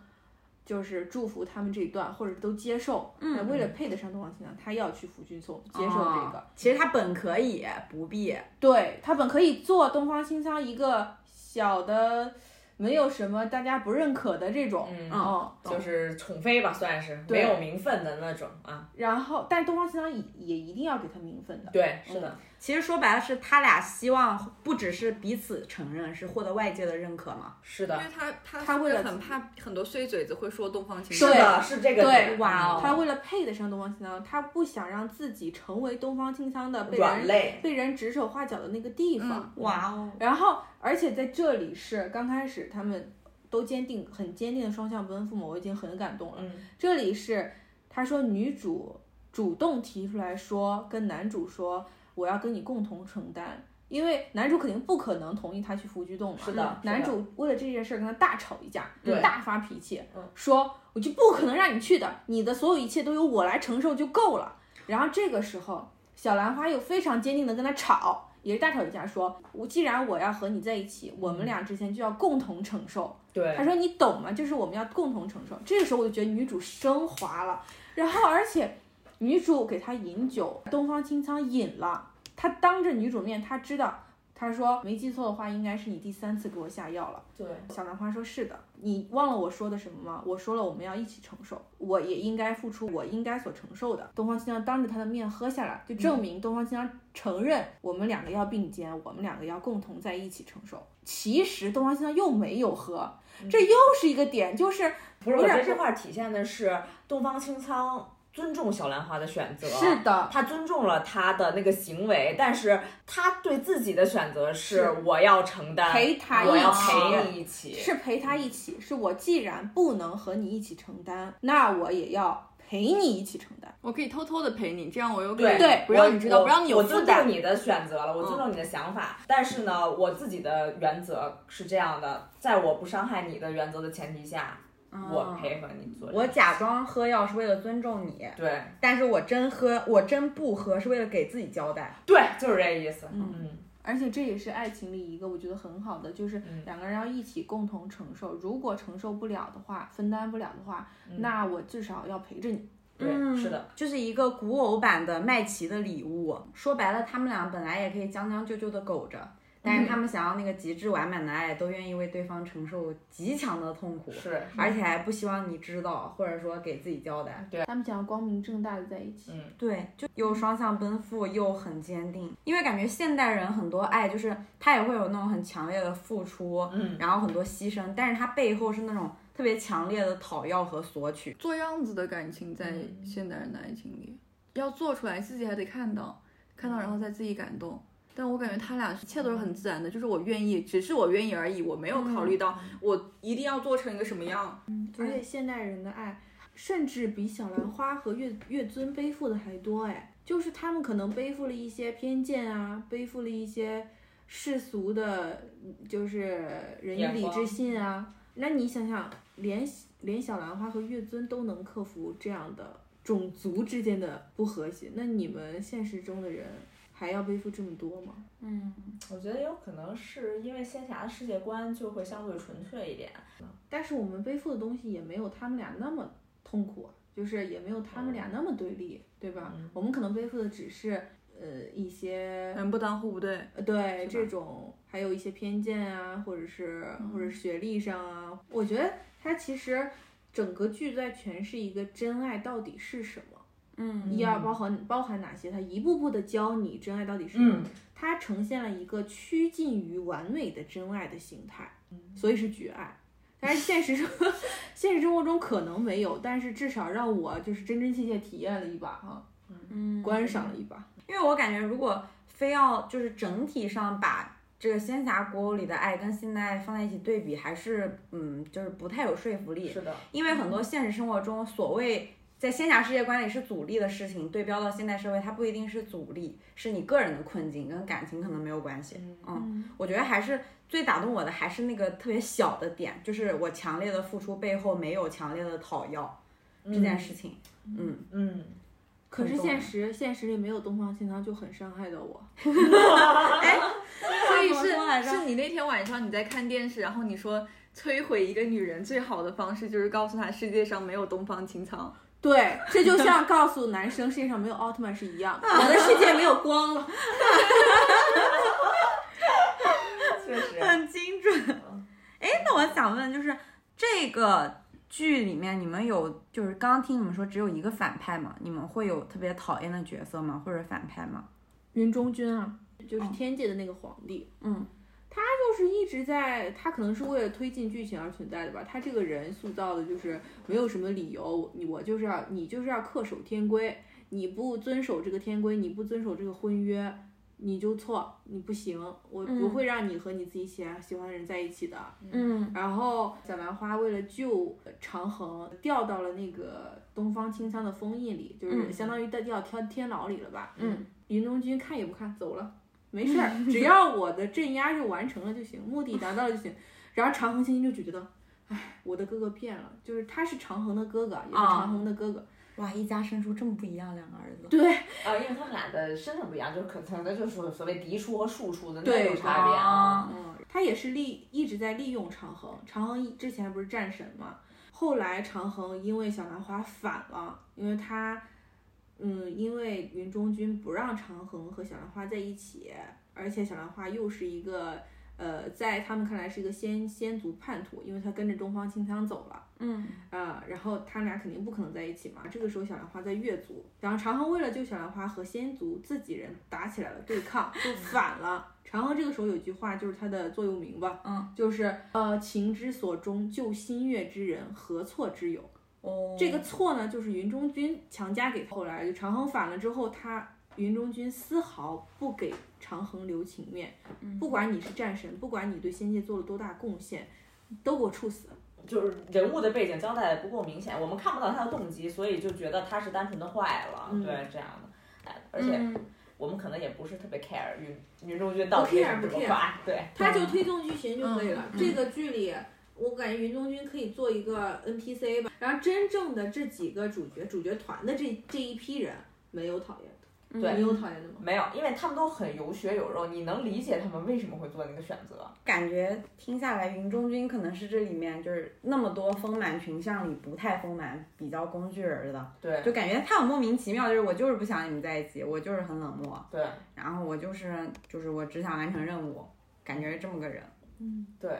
就是祝福他们这一段，或者都接受。呃嗯为了配得上东方青苍，她要去辅君颂，接受这哦个。其实他本可以不必，对他本可以做东方青苍一个小的，没有什么大家不认可的这种，嗯嗯，就是宠妃吧，算是对没有名分的那种啊。然后，但东方青苍也也一定要给他名分的，对，是的，其实说白了是他俩希望不只是彼此承认，是获得外界的认可嘛。是因的为。他他他为了是很怕很多碎嘴子会说东方青对是苍，的，是这个对点哇哦他为了配得上东方青苍，他不想让自己成为东方青苍的被嗯软人肋，嗯被人指手画脚的那个地方。哇哦，然后，而且在这里是刚开始他们都坚定很坚定的双向奔赴嘛，我已经很感动了。嗯，这里是他说女主主动提出来说，跟男主说我要跟你共同承担，因为男主肯定不可能同意他去福居洞嘛。是的，男主为了这件事儿跟他大吵一架，对大发脾气，嗯说我就不可能让你去的，你的所有一切都由我来承受就够了。然后这个时候，小兰花又非常坚定的跟他吵，也是大吵一架说，我既然我要和你在一起，我们俩之前就要共同承受。对他，说你懂吗？就是我们要共同承受。这个时候我就觉得女主升华了，然后而且女主给他饮酒，东方青苍饮了，他当着女主面他知道。他说没记错的话，应该是你第三次给我下药了。对，小兰花说：“是的，你忘了我说的什么吗？我说了我们要一起承受，我也应该付出我应该所承受的。”东方青苍当着他的面喝下来，就嗯证明东方青苍承认我们两个要并肩，我们两个要共同在一起承受。其实东方青苍又没有喝，这又是一个点，就是不是，我有觉点得这块儿体现的是东方青苍尊重小兰花的选择，是的，他尊重了他的那个行为，但是他对自己的选择是是我要承担，陪他我要一起陪你一起，是陪他一起，是我既然不能和你一起承担，那我也要陪你一起承担。我可以偷偷的陪你，这样我又可对以不让我你知道，我不让你有我负尊担重。你的选择了，我尊重你的想法，但是呢，我自己的原则是这样的，在我不伤害你的原则的前提下，嗯我配合你做这个。哦我假装喝药是为了尊重你，对但是我真喝，我真不喝是为了给自己交代。 对，就是这意思。嗯，而且这也是爱情里一个我觉得很好的，就是嗯两个人要一起共同承受。如果承受不了的话，分担不了的话，那我至少要陪着你。对，是的，，就是一个古偶版的麦琪的礼物。说白了，他们俩本来也可以将将就就的苟着，但是他们想要那个极致完满的爱，都愿意为对方承受极强的痛苦，是，而且还不希望你知道，或者说给自己交代。他们想要光明正大的在一起。嗯，对，就又双向奔赴，又很坚定。因为感觉现代人很多爱，就是他也会有那种很强烈的付出，嗯然后很多牺牲，但是他背后是那种特别强烈的讨要和索取。做样子的感情在嗯现代人的爱情里，要做出来自己还得看到，看到然后再自己感动。但我感觉他俩一切都是很自然的，就是我愿意，只是我愿意而已，我没有考虑到嗯我一定要做成一个什么样。嗯而且现代人的爱，甚至比小兰花和月月尊背负的还多哎，就是他们可能背负了一些偏见啊，背负了一些世俗的，就是人以眼礼光嗯之信啊。那你想想，连连小兰花和月尊都能克服这样的种族之间的不和谐，那你们现实中的人还要背负这么多吗？嗯，我觉得有可能是因为仙侠的世界观就会相对纯粹一点。但是我们背负的东西也没有他们俩那么痛苦啊，就是也没有他们俩那么对立，对吧？嗯我们可能背负的只是呃一些嗯门不当户不 对，呃对是吧这种，还有一些偏见啊，或者是或者是学历上啊，我觉得它其实整个剧在诠释一个真爱到底是什么。嗯要包含包含哪些？它一步步的教你真爱到底是什么。嗯它呈现了一个趋近于完美的真爱的形态，嗯所以是绝爱。但是现实生 现实生活中可能没有，但是至少让我就是真真切切体验了一把哈，嗯观赏了一把。因为我感觉，如果非要就是整体上把这个仙侠古偶里的爱跟现代爱放在一起对比，还是嗯，就是不太有说服力。是的，因为很多现实生活中所谓在仙侠世界观里是阻力的事情，对标到现代社会，它不一定是阻力，是你个人的困境，跟感情可能没有关系。嗯，我觉得还是最打动我的还是那个特别小的点，就是我强烈的付出背后没有强烈的讨要、这件事情。嗯，嗯，可是很动现人实现实里没有东方青苍就很伤害到我，所以怎么说来是着是你那天晚上你在看电视，然后你说摧毁一个女人最好的方式就是告诉她世界上没有东方青苍。 对，这就像告诉男生世界上没有奥特曼是一 样，我的世界没有光了。确实。很精 准。哎，那我想问，就是这个剧里面，你们有就是刚刚听你们说只有一个反派嘛？你们会有特别讨厌的角色吗？或者反派吗？云中君啊，就是天界的那个皇帝，嗯，他就是一直在，他可能是为了推进剧情而存在的吧。他这个人塑造的就是没有什么理由，你我就是要你就是要恪守天规，你不遵守这个天规，你不遵守这个婚约，你就错，你不行，我嗯不会让你和你自己喜爱喜欢的人在一起的。嗯然后小兰花为了救长恒，掉到了那个东方青苍的封印里，就是嗯相当于掉掉天天牢里了吧。嗯，云中君看也不看，走了，没 事儿，只要我的镇压就完成了就行，目的达到了就行。然后长恒心里就觉得，哎，我的哥哥变了，就是他是长恒的哥哥，也是啊长恒的哥哥。哇，一家生出这么不一样两个儿子，对，啊，因为他们俩的身份不一样，就是可能就是所所谓嫡出和庶出的那对种差别啊啊。嗯，他也是利一直在利用长恒，长恒之前不是战神嘛，后来长恒因为小兰花反了，因为他，嗯，因为云中君不让长恒和小兰花在一起，而且小兰花又是一个，呃，在他们看来是一个先先族叛徒，因为他跟着东方青苍走了。嗯，啊、然后他们俩肯定不可能在一起嘛。这个时候小兰花在越族，然后长恒为了救小兰花和仙族自己人打起来了对抗，就反了。长恒这个时候有句话就是他的座右铭吧，嗯，就是呃情之所钟，救心悦之人，何错之有？哦，这个错呢，就是云中君强加给他。后来就长恒反了之后，他云中君丝毫不给长恒留情面，不管你是战神，不管你对仙界做了多大贡献，都给我处死。就是人物的背景交代的不够明显，我们看不到他的动机，所以就觉得他是单纯的坏了，嗯对这样的。哎而且嗯我们可能也不是特别 care 云云中君到底为什么这不 care，么不 care 坏，对，他就推动剧情就可以嗯了。这个剧里，我感觉云中君可以做一个 NPC 吧。然后真正的这几个主角、主角团的这这一批人，没有讨厌的，对你有讨厌的吗？没有，因为他们都很有血有肉，你能理解他们为什么会做那个选择。感觉听下来，云中君可能是这里面就是那么多丰满群像里不太丰满、比较工具人儿的，对就感觉他很莫名其妙，就是我就是不想你们在一起，我就是很冷漠，对然后我就是就是我只想完成任务，感觉是这么个人。对，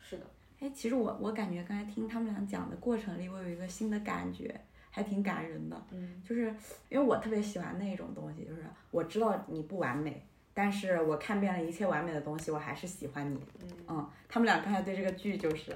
是的，哎，其实我我感觉刚才听他们俩讲的过程里，我有一个新的感觉，还挺感人的。嗯，就是因为我特别喜欢那种东西，就是我知道你不完美，但是我看遍了一切完美的东西，我还是喜欢你。嗯他们俩刚才对这个剧就是。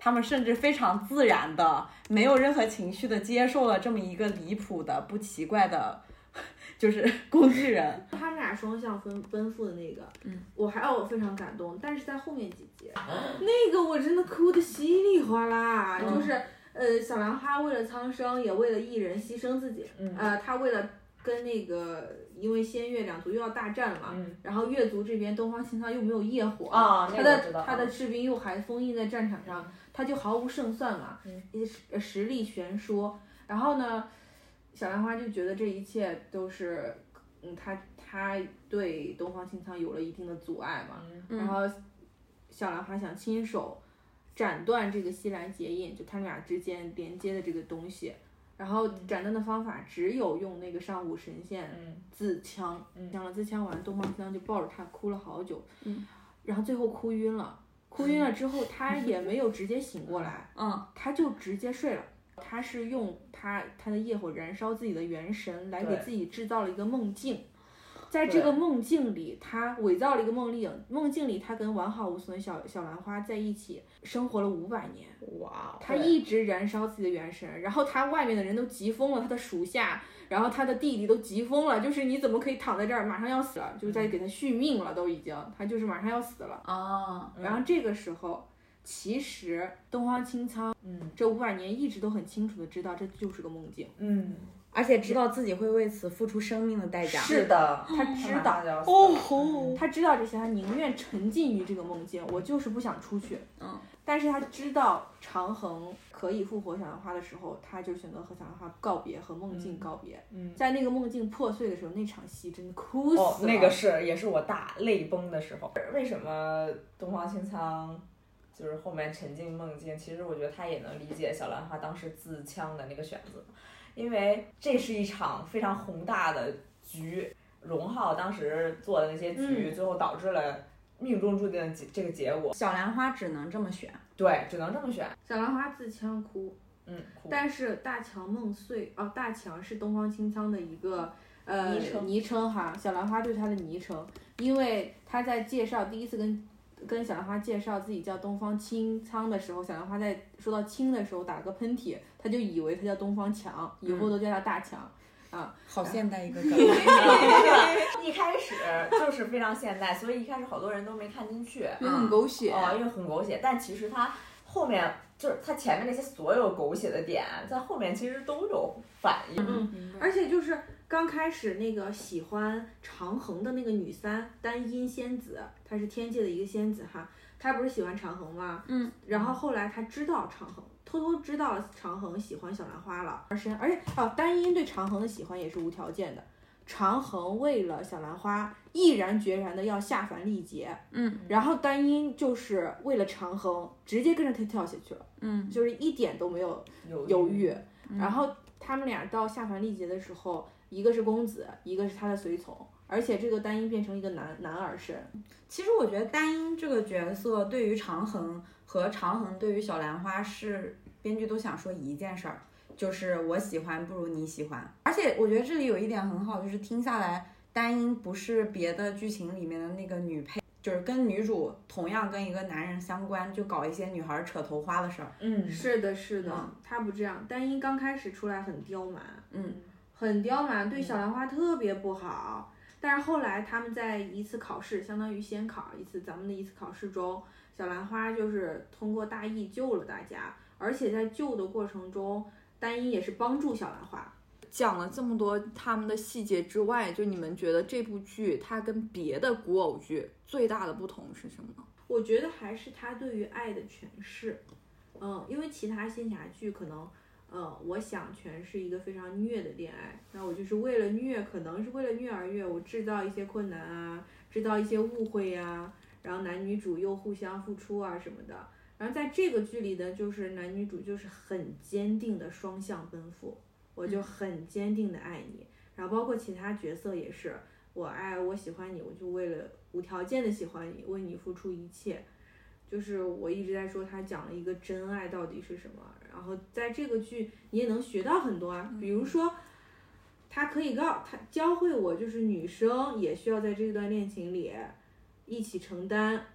他们甚至非常自然的，没有任何情绪的接受了这么一个离谱的、不奇怪的， 就是 工具人。他们俩双向奔奔赴的那个，嗯，我还让我非常感动，但是在后面几集，啊那个我真的哭得稀里哗啦，嗯就是呃，小兰花为了苍生，也为了艺人牺牲自己，嗯呃，他为了跟那个因为仙月两族又要大战了嘛，嗯然后越族这边东方青苍又没有业火啊那嗯他个我知的道他的士兵又还封印在战场上，他就毫无胜算嘛，嗯也是呃实力悬殊，然后呢？小兰花就觉得这一切都是，嗯，她她对东方青苍有了一定的阻碍嘛。嗯然后小兰花想亲手斩断这个西兰结印，就他们俩之间连接的这个东西。然后斩断的方法只有用那个上古神仙嗯自枪，嗯抢了自枪完，东方青苍就抱着她哭了好久，然后最后哭晕了。哭晕了之后，他也没有直接醒过来，嗯，他就直接睡了。他是用他他的业火燃烧自己的元神，来给对自己制造了一个梦境。在这个梦境里，他伪造了一个梦丽影。梦境里，他跟完好无损的小小兰花在一起生活了五百年。哇，他一直燃烧自己的元神，然后他外面的人都急疯了，他的属下，然后他的弟弟都急疯了，就是你怎么可以躺在这儿，马上要死了，就是在给他续命了，都已经，他就是马上要死了。啊，然后这个时候，其实东方青苍嗯这五百年一直都很清楚的知道这就是个梦境，嗯，而且知道自己会为此付出生命的代价。是的，他知道，道哦吼，嗯他知道这些，他宁愿沉浸于这个梦境，我就是不想出去。嗯，但是他知道长恒可以复活小兰花的时候，他就选择和小兰花告别，和梦境嗯告别。嗯，在那个梦境破碎的时候，那场戏真的哭死了。哦，那个是也是我大泪崩的时候。为什么东方青苍就是后面沉浸梦境？其实我觉得他也能理解小兰花当时自枪的那个选择，因为这是一场非常宏大的局，荣浩当时做的那些嗯局，最后导致了命中注定的结这个结果。小兰花只能这么选。对，只能这么选。小兰花自枪哭，嗯，哭但是大强梦碎哦，大强是东方青苍的一个呃昵称昵称哈，小兰花对他的昵称，因为他在介绍第一次跟跟小兰花介绍自己叫东方青苍的时候，小兰花在说到青的时候打了个喷嚏，他就以为他叫东方强，以嗯后都叫他大强。好现代一 个 梗，一开始就是非常现代，所以一开始好多人都没看进去。嗯因为很狗血，哦，因为很狗血，但其实它后面就是它前面那些所有狗血的点，在后面其实都有反应。嗯而且就是刚开始那个喜欢长恒的那个女三单阴仙子，她是天界的一个仙子哈，她不是喜欢长恒吗？嗯，然后后来她知道长恒，偷偷知道了长恒喜欢小兰花了，而深而且哦，丹音对长恒的喜欢也是无条件的。长恒为了小兰花，毅然决然的要下凡历劫，嗯，然后丹音就是为了长恒，直接跟着他跳下去了，嗯，就是一点都没有犹犹豫，豫。然后他们俩到下凡历劫的时候，一个是公子，一个是他的随从，而且这个单音变成一个男男儿身，其实我觉得丹音这个角色对于长恒和长恒对于小兰花是编剧都想说一件事儿，就是我喜欢不如你喜欢。而且我觉得这里有一点很好，就是听下来，丹音不是别的剧情里面的那个女配，就是跟女主同样跟一个男人相关，就搞一些女孩扯头花的事儿。嗯，是的，是的，嗯他不这样。单音刚开始出来很刁蛮，嗯，很刁蛮，对小兰花特别不好。但是后来他们在一次考试，相当于先考一次咱们的一次考试中，小兰花就是通过大义救了大家，而且在救的过程中，单音也是帮助小兰花。讲了这么多他们的细节之外，就你们觉得这部剧它跟别的古偶剧最大的不同是什么呢？我觉得还是他对于爱的诠释，嗯，因为其他仙侠剧可能，呃，我想诠释一个非常虐的恋爱，那我就是为了虐，可能是为了虐而虐，我制造一些困难啊，制造一些误会呀、然后男女主又互相付出啊什么的。然后在这个剧里呢，就是男女主就是很坚定的双向奔赴，我就很坚定的爱你。然后包括其他角色也是，我爱我喜欢你，我就为了无条件的喜欢你，为你付出一切。就是我一直在说，他讲了一个真爱到底是什么。然后在这个剧，你也能学到很多啊，比如说，他可以告他教会我，就是女生也需要在这段恋情里一起承担，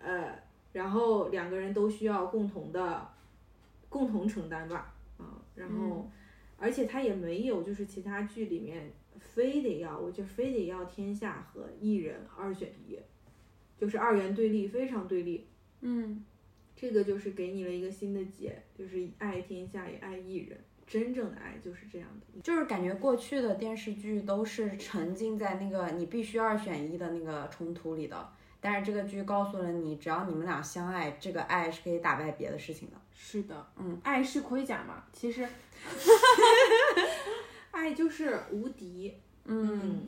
呃，然后两个人都需要共同的共同承担吧，啊，然后。而且他也没有就是其他剧里面非得要，我就非得要天下和一人二选一，就是二元对立，非常对立。嗯，这个就是给你了一个新的解，就是爱天下也爱一人，真正的爱就是这样的。就是感觉过去的电视剧都是沉浸在那个你必须二选一的那个冲突里的，但是这个剧告诉了你，只要你们俩相爱，这个爱是可以打败别的事情的。是的，嗯，爱是盔甲嘛，其 实，爱就是无敌。嗯，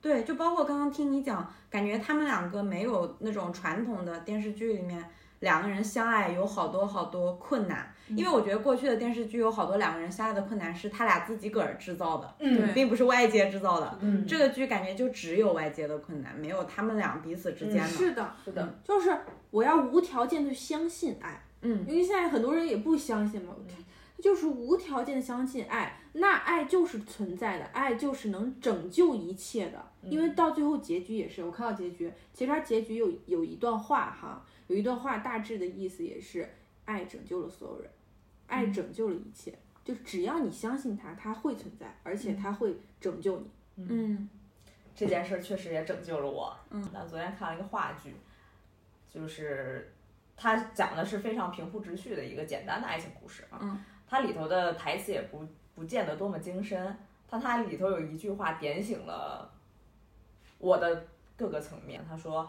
对，就包括刚刚听你讲，感觉他们两个没有那种传统的电视剧里面两个人相爱有好多好多困难，因为我觉得过去的电视剧有好多两个人相爱的困难是他俩自己个儿制造的，嗯并不是外界制造的。嗯，这个剧感觉就只有外界的困难，没有他们俩彼此之间的。嗯是的，是的，就是我要无条件的相信爱。嗯因为现在很多人也不相信嘛，他他就是无条件的相信爱，那爱就是存在的，爱就是能拯救一切的。因为到最后结局也是，我看到结局，其实它结局有有一段话哈，有一段话大致的意思也是，爱拯救了所有人，爱拯救了一切，就只要你相信它，它会存在，而且它会拯救你。嗯这件事儿确实也拯救了我。嗯，那昨天看了一个话剧，就是它讲的是非常平铺直叙的一个简单的爱情故事啊。嗯，它里头的台词也不不见得多么精深，但它里头有一句话点醒了我的各个层面。他说：“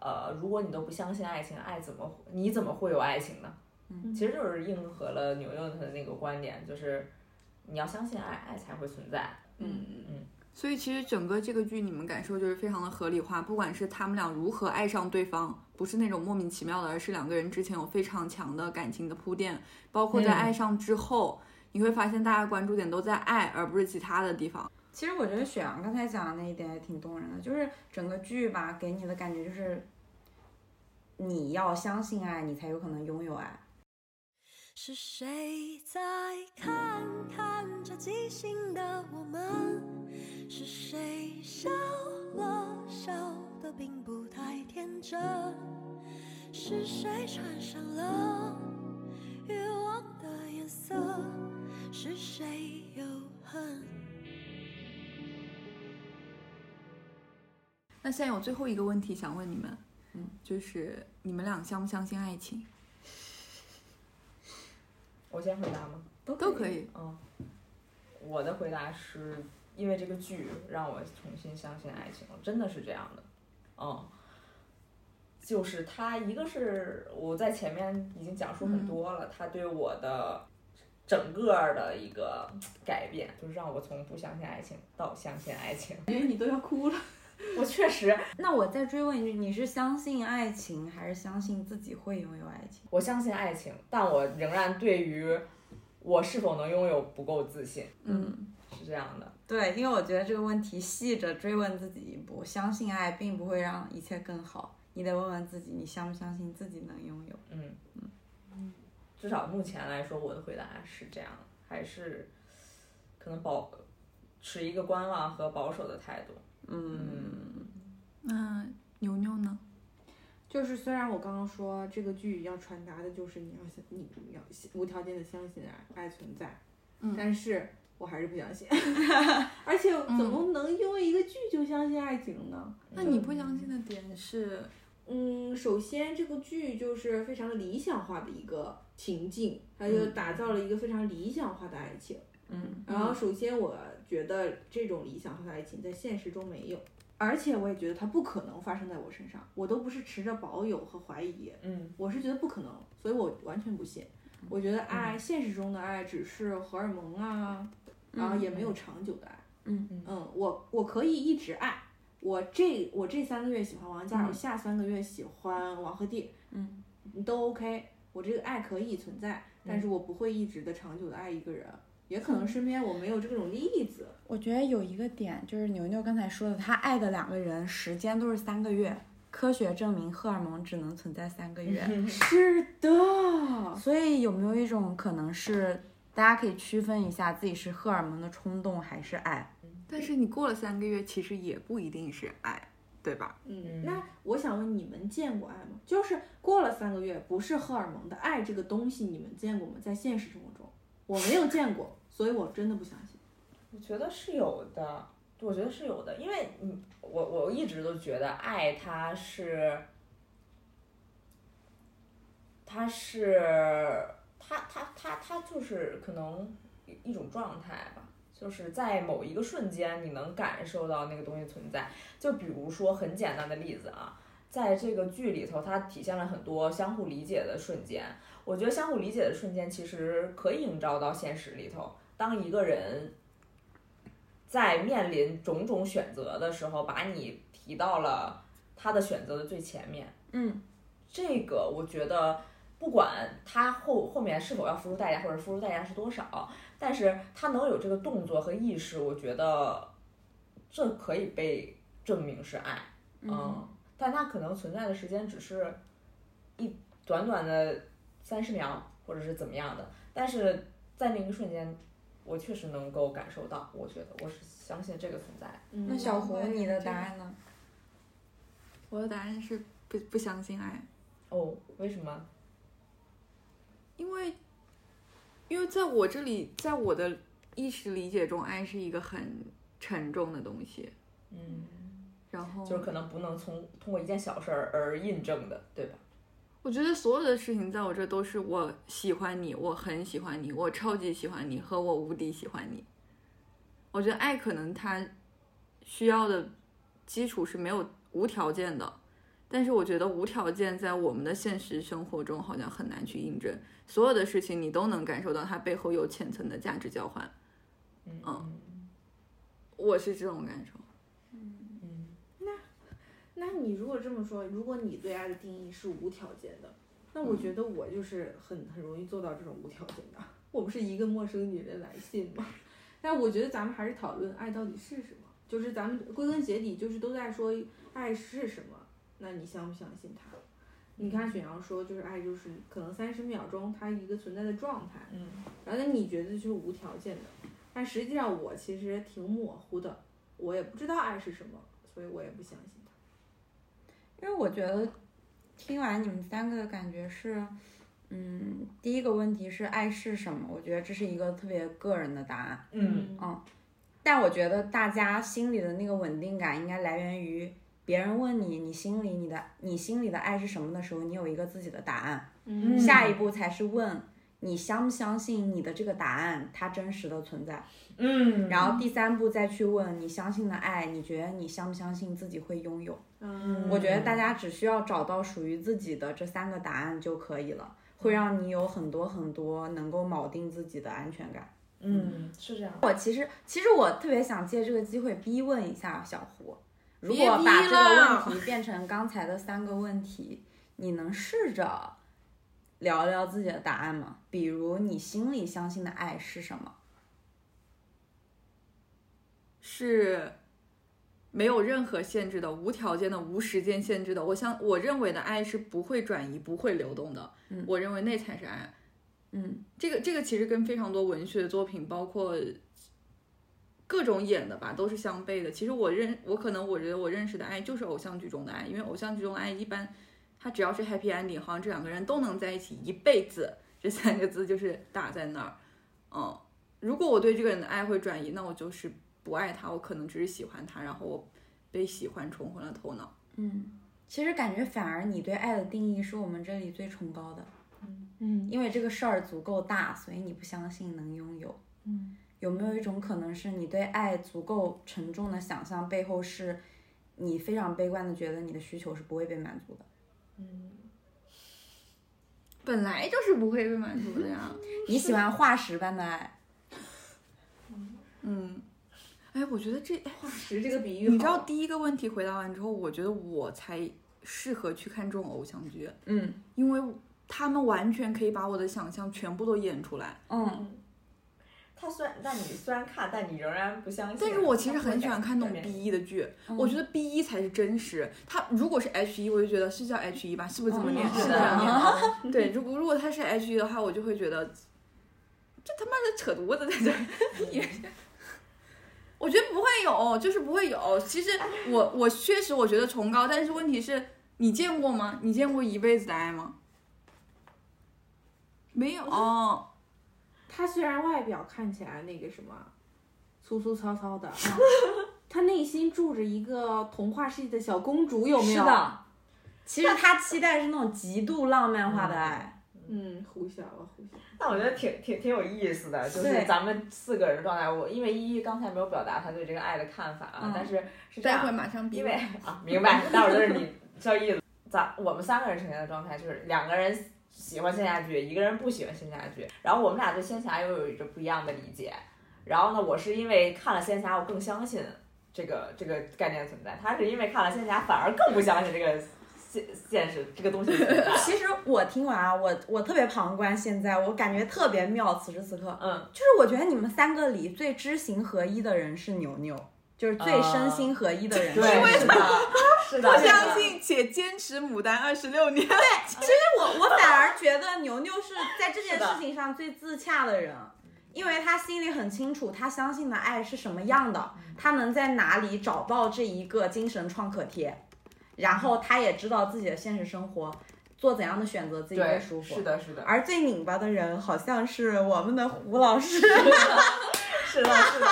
呃，如果你都不相信爱情，爱怎么你怎么会有爱情呢？”嗯，其实就是应和了牛顿的那个观点，就是你要相信爱，爱才会存在。所以其实整个这个剧，你们感受就是非常的合理化，不管是他们俩如何爱上对方，不是那种莫名其妙的，而是两个人之前有非常强的感情的铺垫，包括在嗯爱上之后，你会发现大家关注点都在爱，而不是其他的地方。其实我觉得雪阳刚才讲的那一点也挺动人的，就是整个剧吧，给你的感觉就是，你要相信爱，你才有可能拥有爱。是谁在看看这即兴的我们？是谁笑了，笑得并不太天真？是谁穿上了欲望的颜色？是谁有恨？那现在有最后一个问题想问你们，嗯，就是你们俩相不相信爱情？我先回答吗？都可以。嗯，我的回答是因为这个剧让我重新相信爱情了，真的是这样的。嗯，就是他一个是我在前面已经讲述嗯很多了，他对我的整个儿的一个改变，就是让我从不相信爱情到相信爱 情。感觉你都要哭了。 我确实，那我再追问一句，你是相信爱情，还是相信自己会拥有爱情？我相信爱情，但我仍然对于我是否能拥有不够自信，嗯，是这样的。对，因为我觉得这个问题细着追问自己一步，相信爱并不会让一切更好，你得问问自己，你相不相信自己能拥有？嗯，至少目前来说，我的回答是这样，还是可能保持一个观望和保守的态度。嗯，那牛牛呢？就是虽然我刚刚说这个剧要传达的就是你要相你你要无条件的相信爱爱存在，嗯但是我还是不相信，而且怎么能因为一个剧就相信爱情呢？那你不相信的点是，嗯，首先这个剧就是非常理想化的一个情境，它就打造了一个非常理想化的爱情。嗯，然后首先我觉得这种理想化的爱情在现实中没有，而且我也觉得它不可能发生在我身上，我都不是持着保有和怀疑，嗯，我是觉得不可能，所以我完全不信。嗯我觉得爱，现实中的爱只是荷尔蒙啊，然后也没有长久的爱。嗯嗯嗯，我我可以一直爱。我这我这三个月喜欢王嘉尔，我下三个月喜欢王鹤棣，嗯，都 OK。我这个爱可以存在，但是我不会一直的长久的爱一个人，也嗯可能身边我没有这种例子。我觉得有一个点就是牛牛刚才说的，他爱的两个人时间都是三个月，科学证明荷尔蒙只能存在三个月，是的，所以有没有一种可能是，大家可以区分一下自己是荷尔蒙的冲动还是爱？但是你过了三个月，其实也不一定是爱，对吧？嗯嗯，那我想问你们见过爱吗？就是过了三个月，不是荷尔蒙的爱这个东西，你们见过吗？在现实生活中，我没有见过，所以我真的不相信。我觉得是有的，我觉得是有的，因为嗯，我我一直都觉得爱它是，它是它它它它就是可能一一种状态吧，就是在某一个瞬间你能感受到那个东西存在。就比如说很简单的例子啊，在这个剧里头，它体现了很多相互理解的瞬间。我觉得相互理解的瞬间其实可以映照到现实里头。当一个人在面临种种选择的时候，把你提到了他的选择的最前面。嗯，这个我觉得，不管他后后面是否要付出代价，或者付出代价是多少，但是他能有这个动作和意识，我觉得这可以被证明是爱。嗯，但它可能存在的时间只是一短短的三十秒，或者是怎么样的，但是在那一瞬间，我确实能够感受到，我觉得我是相信这个存在的。嗯那小胡，你的答案呢？我的答案是不不相信爱，哦，为什么？因为因为在我这里，在我的意识理解中，爱是一个很沉重的东西，嗯，然后就是可能不能从通过一件小事儿而印证的，对吧？我觉得所有的事情在我这都是我喜欢你，我很喜欢你，我超级喜欢你和我无敌喜欢你。我觉得爱可能它需要的基础是没有无条件的，但是我觉得无条件在我们的现实生活中好像很难去印证。所有的事情你都能感受到它背后有浅层的价值交换，嗯我是这种感受。嗯那你如果这么说，如果你对爱的定义是无条件的，那我觉得我就是很很容易做到这种无条件的。我不是一个陌生女人来信吗？但我觉得咱们还是讨论爱到底是什么，就是咱们归根结底就是都在说爱是什么，那你相不相信它？你看雪阳说，就是爱就是可能三十秒钟它一个存在的状态，嗯然后那你觉得就是无条件的，但实际上我其实挺模糊的，我也不知道爱是什么，所以我也不相信它。因为我觉得听完你们三个的感觉是，嗯，第一个问题是爱是什么？我觉得这是一个特别个人的答案。嗯，但我觉得大家心里的那个稳定感应该来源于别人问你，你心里你的你心里的爱是什么的时候，你有一个自己的答案。嗯下一步才是问你相不相信你的这个答案它真实的存在？嗯，然后第三步再去问你相信的爱，你觉得你相不相信自己会拥有？嗯我觉得大家只需要找到属于自己的这三个答案就可以了，会让你有很多很多能够铆定自己的安全感。嗯是这样，我其实其实我特别想借这个机会逼问一下小胡，如别果逼把这了个问题变成刚才的三个问题，你能试着聊聊自己的答案吗？比如你心里相信的爱是什么？是没有任何限制的、无条件的、无时间限制的。我相我认为的爱是不会转移、不会流动的。嗯我认为那才是爱。嗯这个这个其实跟非常多文学作品，包括各种演的吧，都是相悖的。其实我认我可能我觉得我认识的爱就是偶像剧中的爱，因为偶像剧中的爱一般，它只要是 happy ending，好像这两个人都能在一起一辈子，这三个字就是打在那儿。嗯，如果我对这个人的爱会转移，那我就是不爱他，我可能只是喜欢他，然后我被喜欢冲昏了头脑。嗯，其实感觉反而你对爱的定义是我们这里最崇高的，嗯因为这个事儿足够大，所以你不相信能拥有。嗯，有没有一种可能是你对爱足够沉重的想象背后是，你非常悲观的觉得你的需求是不会被满足的？本来就是不会被满足的呀。你喜欢化石般的爱， 嗯，哎，我觉得这哎石这个比喻好，你知嗯道第一个问题回答完之后，我觉得我才适合去看这种偶像剧，嗯因为他们完全可以把我的想象全部都演出来。嗯，他虽然但你虽然看，但你仍然不相信。但是我其实它不会很喜欢改看那改种变 B 一的剧，嗯我觉得 B 一才是真实。它如果是 H 一，我就觉得是叫 H 一吧，是不是这么念？嗯是是这的样念。嗯对，如果如果它是 H 一的话，我就会觉得这他妈的扯犊子在这儿。 我觉得不会有，就是不会有。其实我我确实我觉得崇高，但是问题是你见过吗？你见过一辈子的爱吗？没有。哦他虽然外表看起来那个什么粗粗糙糙的，啊 他内心住着一个童话世界的小公主，有没有？是，的。其实他期待是那种极度浪漫化的爱，嗯，胡想啊胡想，但我觉得挺挺挺有意思的，就是对咱们四个人的状态。我因为依依刚才没有表达她对这个爱的看法啊，嗯但是是这待会样，马上逼因为啊，明白，待会儿就是你 叫意思。咱我们三个人呈现的状态就是两个人喜欢仙侠剧，一个人不喜欢仙侠剧，然后我们俩对仙侠又有着不一样的理解。然后呢，我是因为看了仙侠，我更相信这个这个概念存在；他是因为看了仙侠，反而更不相信这个现现实这个东西存在。其实我听完啊，我我特别旁观，现在我感觉特别妙。此时此刻，嗯，就是我觉得你们三个里最知行合一的人是牛牛，就是最身心合一的人是啊对，牛牛。是的，是的，不相信且坚持牡丹二十六年。我我反而觉得牛牛是在这件事情上最自洽的人，因为他心里很清楚他相信的爱是什么样的，嗯他能在哪里找到这一个精神创可贴，然后他也知道自己的现实生活做怎样的选择自己对，最舒服。是的，是的，而最拧巴的人好像是我们的胡老 师，是的，是的，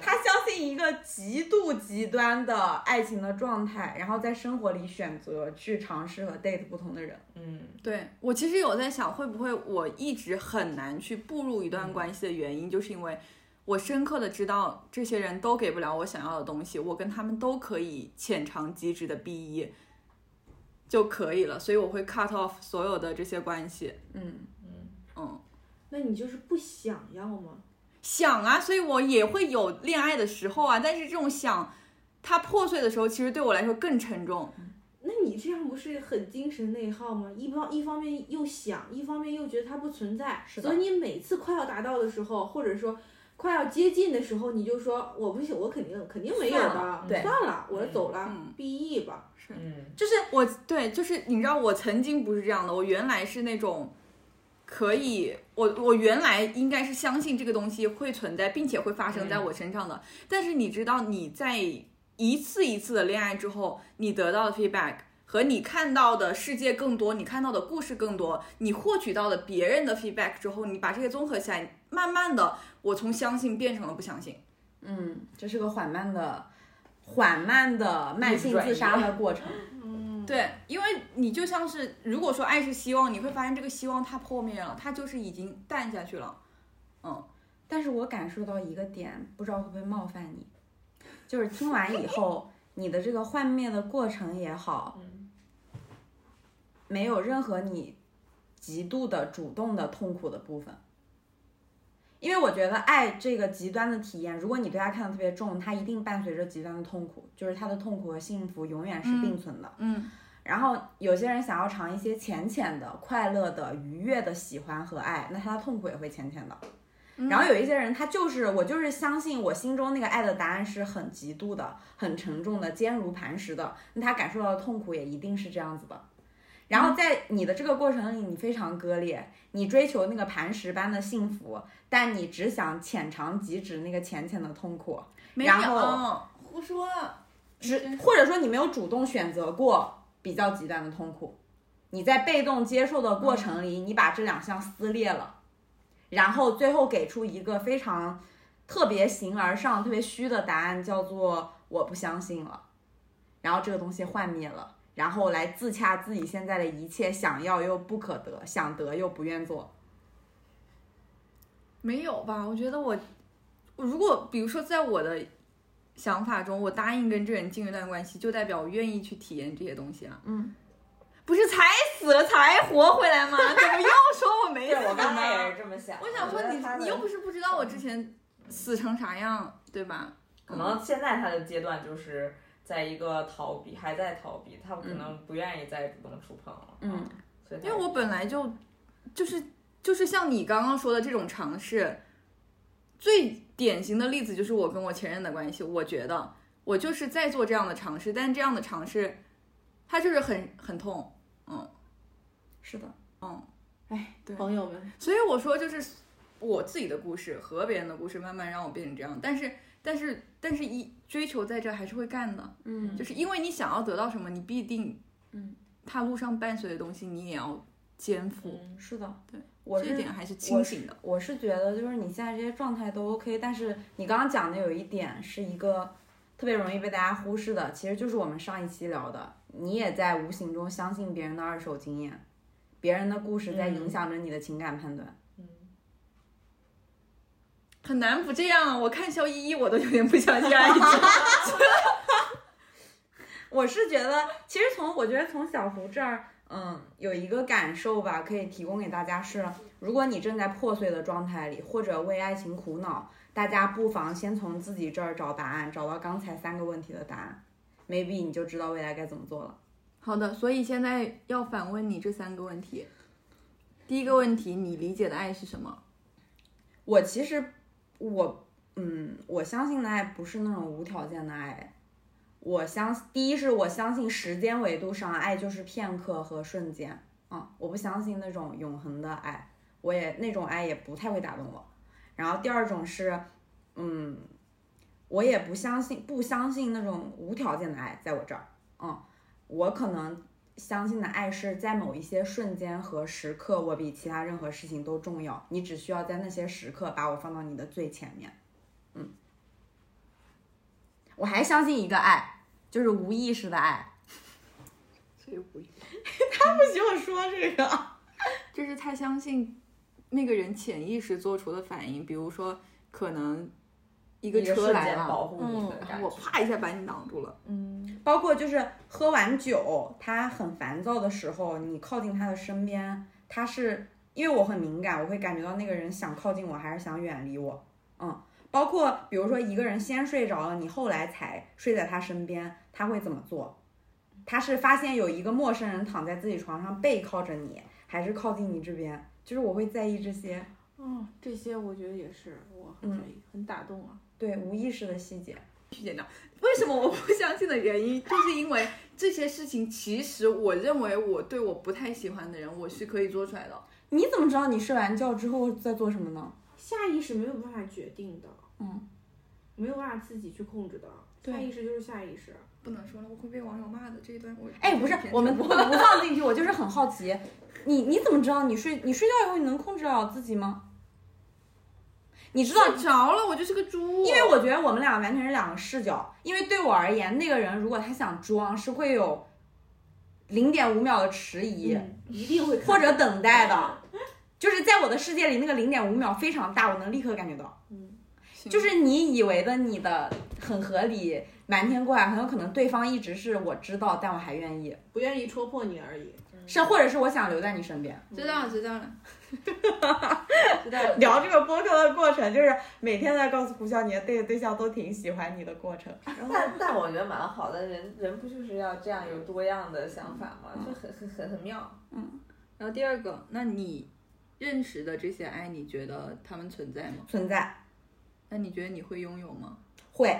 他相信一个极度极端的爱情的状态，然后在生活里选择去尝试和 date 不同的人。嗯，对我其实有在想，会不会我一直很难去步入一段关系的原因，就是因为我深刻的知道这些人都给不了我想要的东西，我跟他们都可以浅尝即止的 B 一就可以了，所以我会 cut off 所有的这些关系。嗯，嗯，那你就是不想要吗？想啊，所以我也会有恋爱的时候啊，但是这种想它破碎的时候，其实对我来说更沉重。那你这样不是很精神内耗吗？一方一方面又想，一方面又觉得它不存在，是的所以你每次快要达到的时候，或者说快要接近的时候，你就说我不行，我肯定肯定没有算的了，对算了，我走了嗯，B E 吧。嗯，就是我对，就是你知道，我曾经不是这样的，我原来是那种可以，我我原来应该是相信这个东西会存在，并且会发生在我身上的。但是你知道，你在一次一次的恋爱之后，你得到的 feedback。和你看到的世界更多，你看到的故事更多，你获取到的别人的 feedback 之后，你把这些综合起来，慢慢的，我从相信变成了不相信。嗯，这是个缓慢的、缓慢的慢性自杀的过程。嗯，对，因为你就像是，如果说爱是希望，你会发现这个希望它破灭了，它就是已经淡下去了。但是我感受到一个点，不知道会不会冒犯你，就是听完以后，你的这个幻灭的过程也好，没有任何你极度的主动的痛苦的部分。因为我觉得爱这个极端的体验，如果你对它看得特别重，它一定伴随着极端的痛苦，就是它的痛苦和幸福永远是并存的。嗯，然后有些人想要尝一些浅浅的、快乐的、愉悦的喜欢和爱，那他的痛苦也会浅浅的。然后有一些人，他就是我，就是相信我心中那个爱的答案是很极度的、很沉重的、坚如磐石的，那他感受到的痛苦也一定是这样子的。然后在你的这个过程里，你非常割裂，你追求那个磐石般的幸福，但你只想浅尝即止那个浅浅的痛苦，没然后有，嗯胡说。只或者说你没有主动选择过比较极端的痛苦，你在被动接受的过程里，你把这两项撕裂了，然后最后给出一个非常特别形而上、特别虚的答案，叫做我不相信了，然后这个东西幻灭了。然后来自洽自己现在的一切，想要又不可得，想得又不愿做。没有吧？我觉得我，如果比如说在我的想法中，我答应跟这人进一段关系，就代表我愿意去体验这些东西啊。嗯，不是才死了才活回来吗？怎么又说我没 对死我刚才也呢？是这么想。我想说觉得他你，的你又不是不知道我之前死成啥样，对吧？可嗯能现在他的阶段就是在一个逃避，还在逃避，他可能不愿意再主动触碰了。嗯，所以他嗯因为我本来就就是就是像你刚刚说的这种尝试，最典型的例子就是我跟我前任的关系。我觉得我就是在做这样的尝试，但这样的尝试，它就是很很痛，嗯是的，嗯。朋友们，所以我说，就是我自己的故事和别人的故事，慢慢让我变成这样。但是，但是，但是一追求在这还是会干的，嗯就是因为你想要得到什么，你必定，嗯，他路上伴随的东西，你也要肩负。嗯是的，对，我这一是点还是清醒的。我是觉得就是你现在这些状态都 OK，但是你刚刚讲的有一点是一个特别容易被大家忽视的，其实就是我们上一期聊的，你也在无形中相信别人的二手经验，别人的故事在影响着你的情感判断。嗯很难不这样啊。我看肖依依，我都有点不 相信爱情。我是觉得，其实从我觉得从小胡这儿，嗯，有一个感受吧，可以提供给大家是，如果你正在破碎的状态里，或者为爱情苦恼，大家不妨先从自己这儿找答案，找到刚才三个问题的答案，maybe 你就知道未来该怎么做了。好的，所以现在要反问你这三个问题。第一个问题，你理解的爱是什么？我其实我嗯，我相信的爱不是那种无条件的爱。我相第一是我相信时间维度上爱就是片刻和瞬间啊、我不相信那种永恒的爱，我也那种爱也不太会打动我。然后第二种是，嗯，我也不相信不相信那种无条件的爱，在我这儿，嗯，我可能相信的爱是在某一些瞬间和时刻，我比其他任何事情都重要。你只需要在那些时刻把我放到你的最前面。嗯，我还相信一个爱，就是无意识的爱。 不许我说这个。就是太相信那个人潜意识做出的反应，比如说可能一个一个车瞬来间了，嗯保护你的感我觉，啪一下把你挡住了，嗯包括就是喝完酒，他很烦躁的时候，你靠近他的身边，他是因为我很敏感，我会感觉到那个人想靠近我还是想远离我，嗯。包括比如说一个人先睡着了，你后来才睡在他身边，他会怎么做？他是发现有一个陌生人躺在自己床上背靠着你，还是靠近你这边？就是我会在意这些嗯，这些我觉得也是，我很嗯在意，很打动啊。对无意识的细节。去见掉。为什么我不相信的原因，就是因为这些事情，其实我认为我对我不太喜欢的人，我是可以做出来的。你怎么知道你睡完觉之后在做什么呢？下意识没有办法决定的，嗯，没有办法自己去控制的，对下意识就是下意识。不能说了，我会被网友骂的。这一段我哎，不是，我们不不放进去，我就是很好奇，你你怎么知道你睡你睡觉以后你能控制了自己吗？你知道，睡着了，我就是个猪。因为我觉得我们俩完全是两个视角，因为对我而言，那个人如果他想装，是会有零点五秒的迟疑，一定会看或者等待的，就是在我的世界里，那个零点五秒非常大，我能立刻感觉到。就是你以为的你的很合理，瞒天过海，很有可能对方一直是我知道，但我还愿意，不愿意戳破你而已。是或者是我想留在你身边。知道了，知道了。知道 了聊这个播客的过程，就是每天在告诉胡笑你的对对象都挺喜欢你的过程。但但我觉得蛮好的，人人不就是要这样有多样的想法吗？就很很很很妙。然后第二个，那你认识的这些爱，你觉得他们存在吗？存在那你觉得你会拥有吗？会，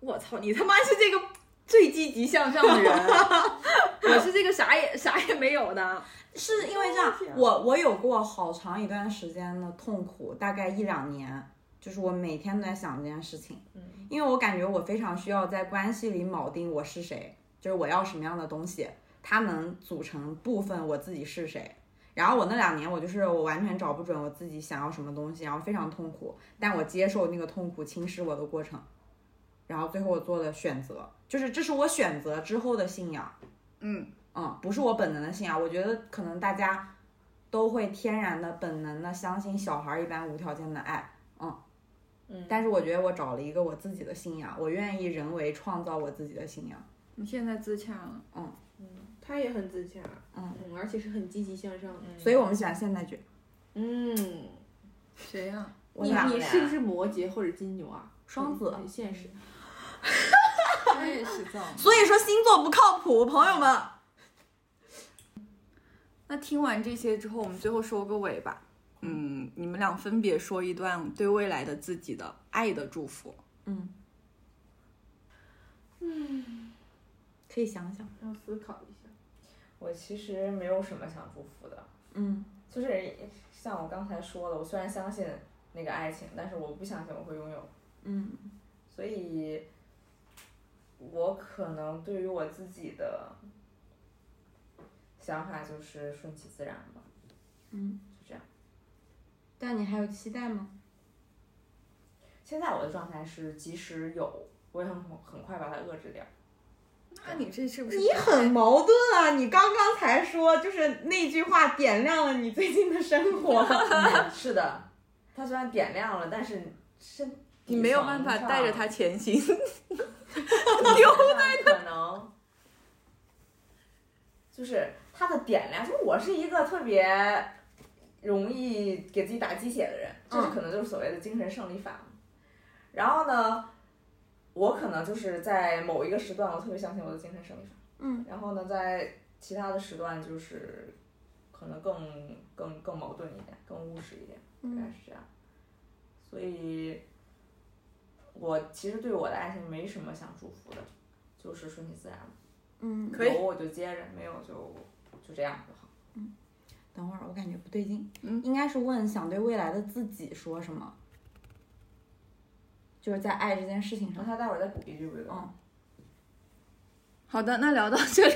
我操，你他妈是这个最积极向上的人，啊 我是这个啥也啥也没有的。是因为这样，我我有过好长一段时间的痛苦，大概一两年，就是我每天都在想这件事情，嗯，因为我感觉我非常需要在关系里铆定我是谁，就是我要什么样的东西，它能组成部分我自己是谁。然后我那两年，我就是我完全找不准我自己想要什么东西，然后非常痛苦，但我接受那个痛苦侵蚀我的过程，然后最后我做了选择，就是这是我选择之后的信仰。嗯嗯，不是我本能的信仰，我觉得可能大家都会天然的、本能的相信小孩儿一般无条件的爱。嗯嗯但是我觉得我找了一个我自己的信仰，我愿意人为创造我自己的信仰。你现在自洽了，他也很自洽，嗯嗯，而且是很积极向上嗯的。所以我们喜欢现代剧。嗯，谁啊呀、我你俩你是不是摩羯或者金牛啊？双子很现实。我也是这 样。所以说星座不靠谱，朋友们。那听完这些之后，我们最后收个尾吧。嗯，你们俩分别说一段对未来的自己的爱的祝福。嗯可以想想。嗯要思考一下。我其实没有什么想祝福的，嗯就是像我刚才说的，我虽然相信那个爱情，但是我不相信我会拥有，嗯所以，我可能对于我自己的想法就是顺其自然吧，嗯，就这样。但你还有期待吗？现在我的状态是，即使有，我也很很快把它遏 制掉。那你这是不是你很矛盾啊！你刚刚才说，就是那句话点亮了你最近的生活。嗯是的，它虽然点亮了，但是身你没有办法带着它前行？ 丢在可能就是它的点亮。就是我是一个特别容易给自己打鸡血的人，这是可能就是所谓的精神胜利法。然后呢，我可能就是在某一个时段，我特别相信我的精神胜利法。嗯，然后呢，在其他的时段就是可能更更更矛盾一点，更务实一点，应该是这样。所以，我其实对我的爱情没什么想祝福的，就是顺其自然吧。嗯可以有我就接着，没有就就这样就好。等会儿，我感觉不对劲。嗯应该是问想对未来的自己说什么，就是在爱这件事情那上。他待会儿再补一句不就得了嗯吗？好的，那聊到这里，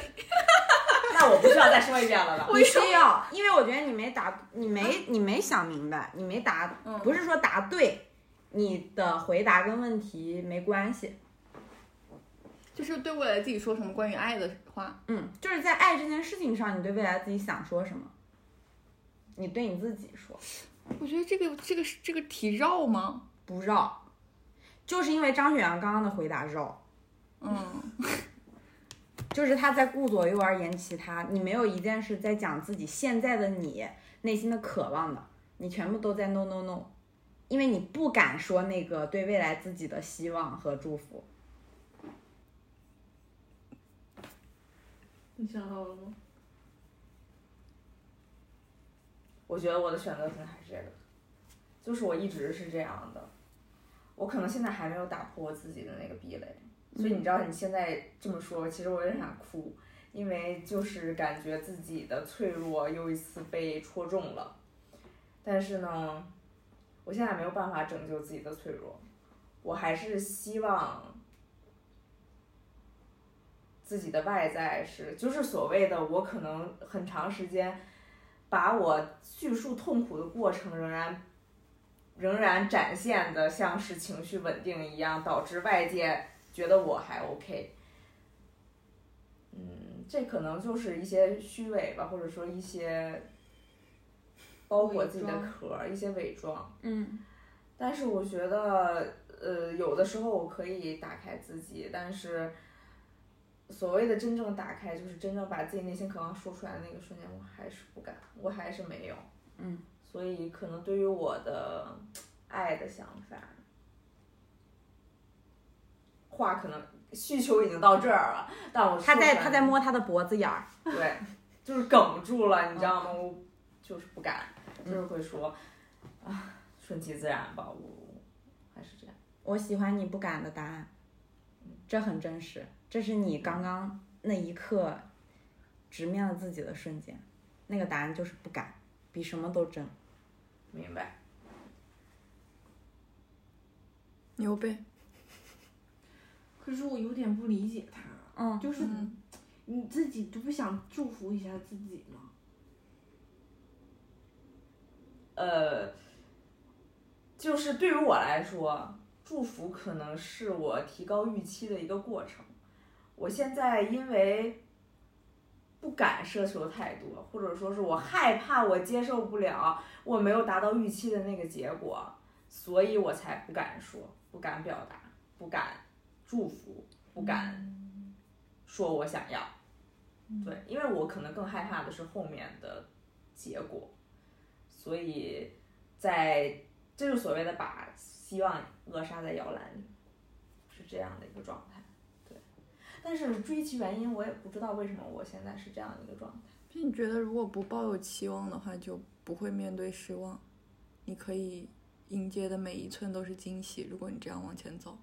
那我不需要再说一遍了吧？你需要，因为我觉得你没答，你没你没想明白，你没答，嗯不是说答对，你的回答跟问题没关系。就是对未来自己说什么关于爱的话。嗯，就是在爱这件事情上，你对未来自己想说什么，你对你自己说，我觉得这个这个这个题绕吗？不绕。就是因为张雪阳刚刚的回答绕，嗯，就是他在顾左右而言其他，你没有一件是在讲自己现在的你内心的渴望的，你全部都在 no no no，因为你不敢说那个对未来自己的希望和祝福。你想好了吗？我觉得我的选择可能还是这个，就是我一直是这样的，我可能现在还没有打破我自己的那个壁垒，所以你知道你现在这么说，其实我有点想哭，因为就是感觉自己的脆弱又一次被戳中了，但是呢，我现在没有办法拯救自己的脆弱，我还是希望。自己的外在是，就是所谓的我可能很长时间把我叙述痛苦的过程仍然仍然展现的像是情绪稳定一样，导致外界觉得我还 OK。嗯，这可能就是一些虚伪吧，或者说一些包裹自己的壳儿，一些伪装。嗯，但是我觉得，呃，有的时候我可以打开自己，但是所谓的真正打开，就是真正把自己内心渴望说出来的那个瞬间，我还是不敢，我还是没有。嗯，所以可能对于我的爱的想法，话可能需求已经到这儿了，但我说他出在来他在摸他的脖子眼儿。对，就是梗住了，你知道吗？我就是不敢，就是会说啊，顺其自然吧，我还是这样。我喜欢你不敢的答案，这很真实，这是你刚刚那一刻直面了自己的瞬间，那个答案就是不敢，比什么都真。明白，牛呗。可是我有点不理解他，嗯，就是嗯你自己都不想祝福一下自己吗？呃，就是对于我来说，祝福可能是我提高预期的一个过程。我现在因为不敢奢求太多，或者说是我害怕我接受不了，我没有达到预期的那个结果，所以我才不敢说，不敢表达，不敢祝福，不敢说我想要。对，因为我可能更害怕的是后面的结果，所以在这就是所谓的把希望扼杀在摇篮里，是这样的一个状态。对，但是追其原因，我也不知道为什么我现在是这样的一个状态。就你觉得如果不抱有期望的话，就不会面对失望，你可以迎接的每一寸都是惊喜。如果你这样往前走，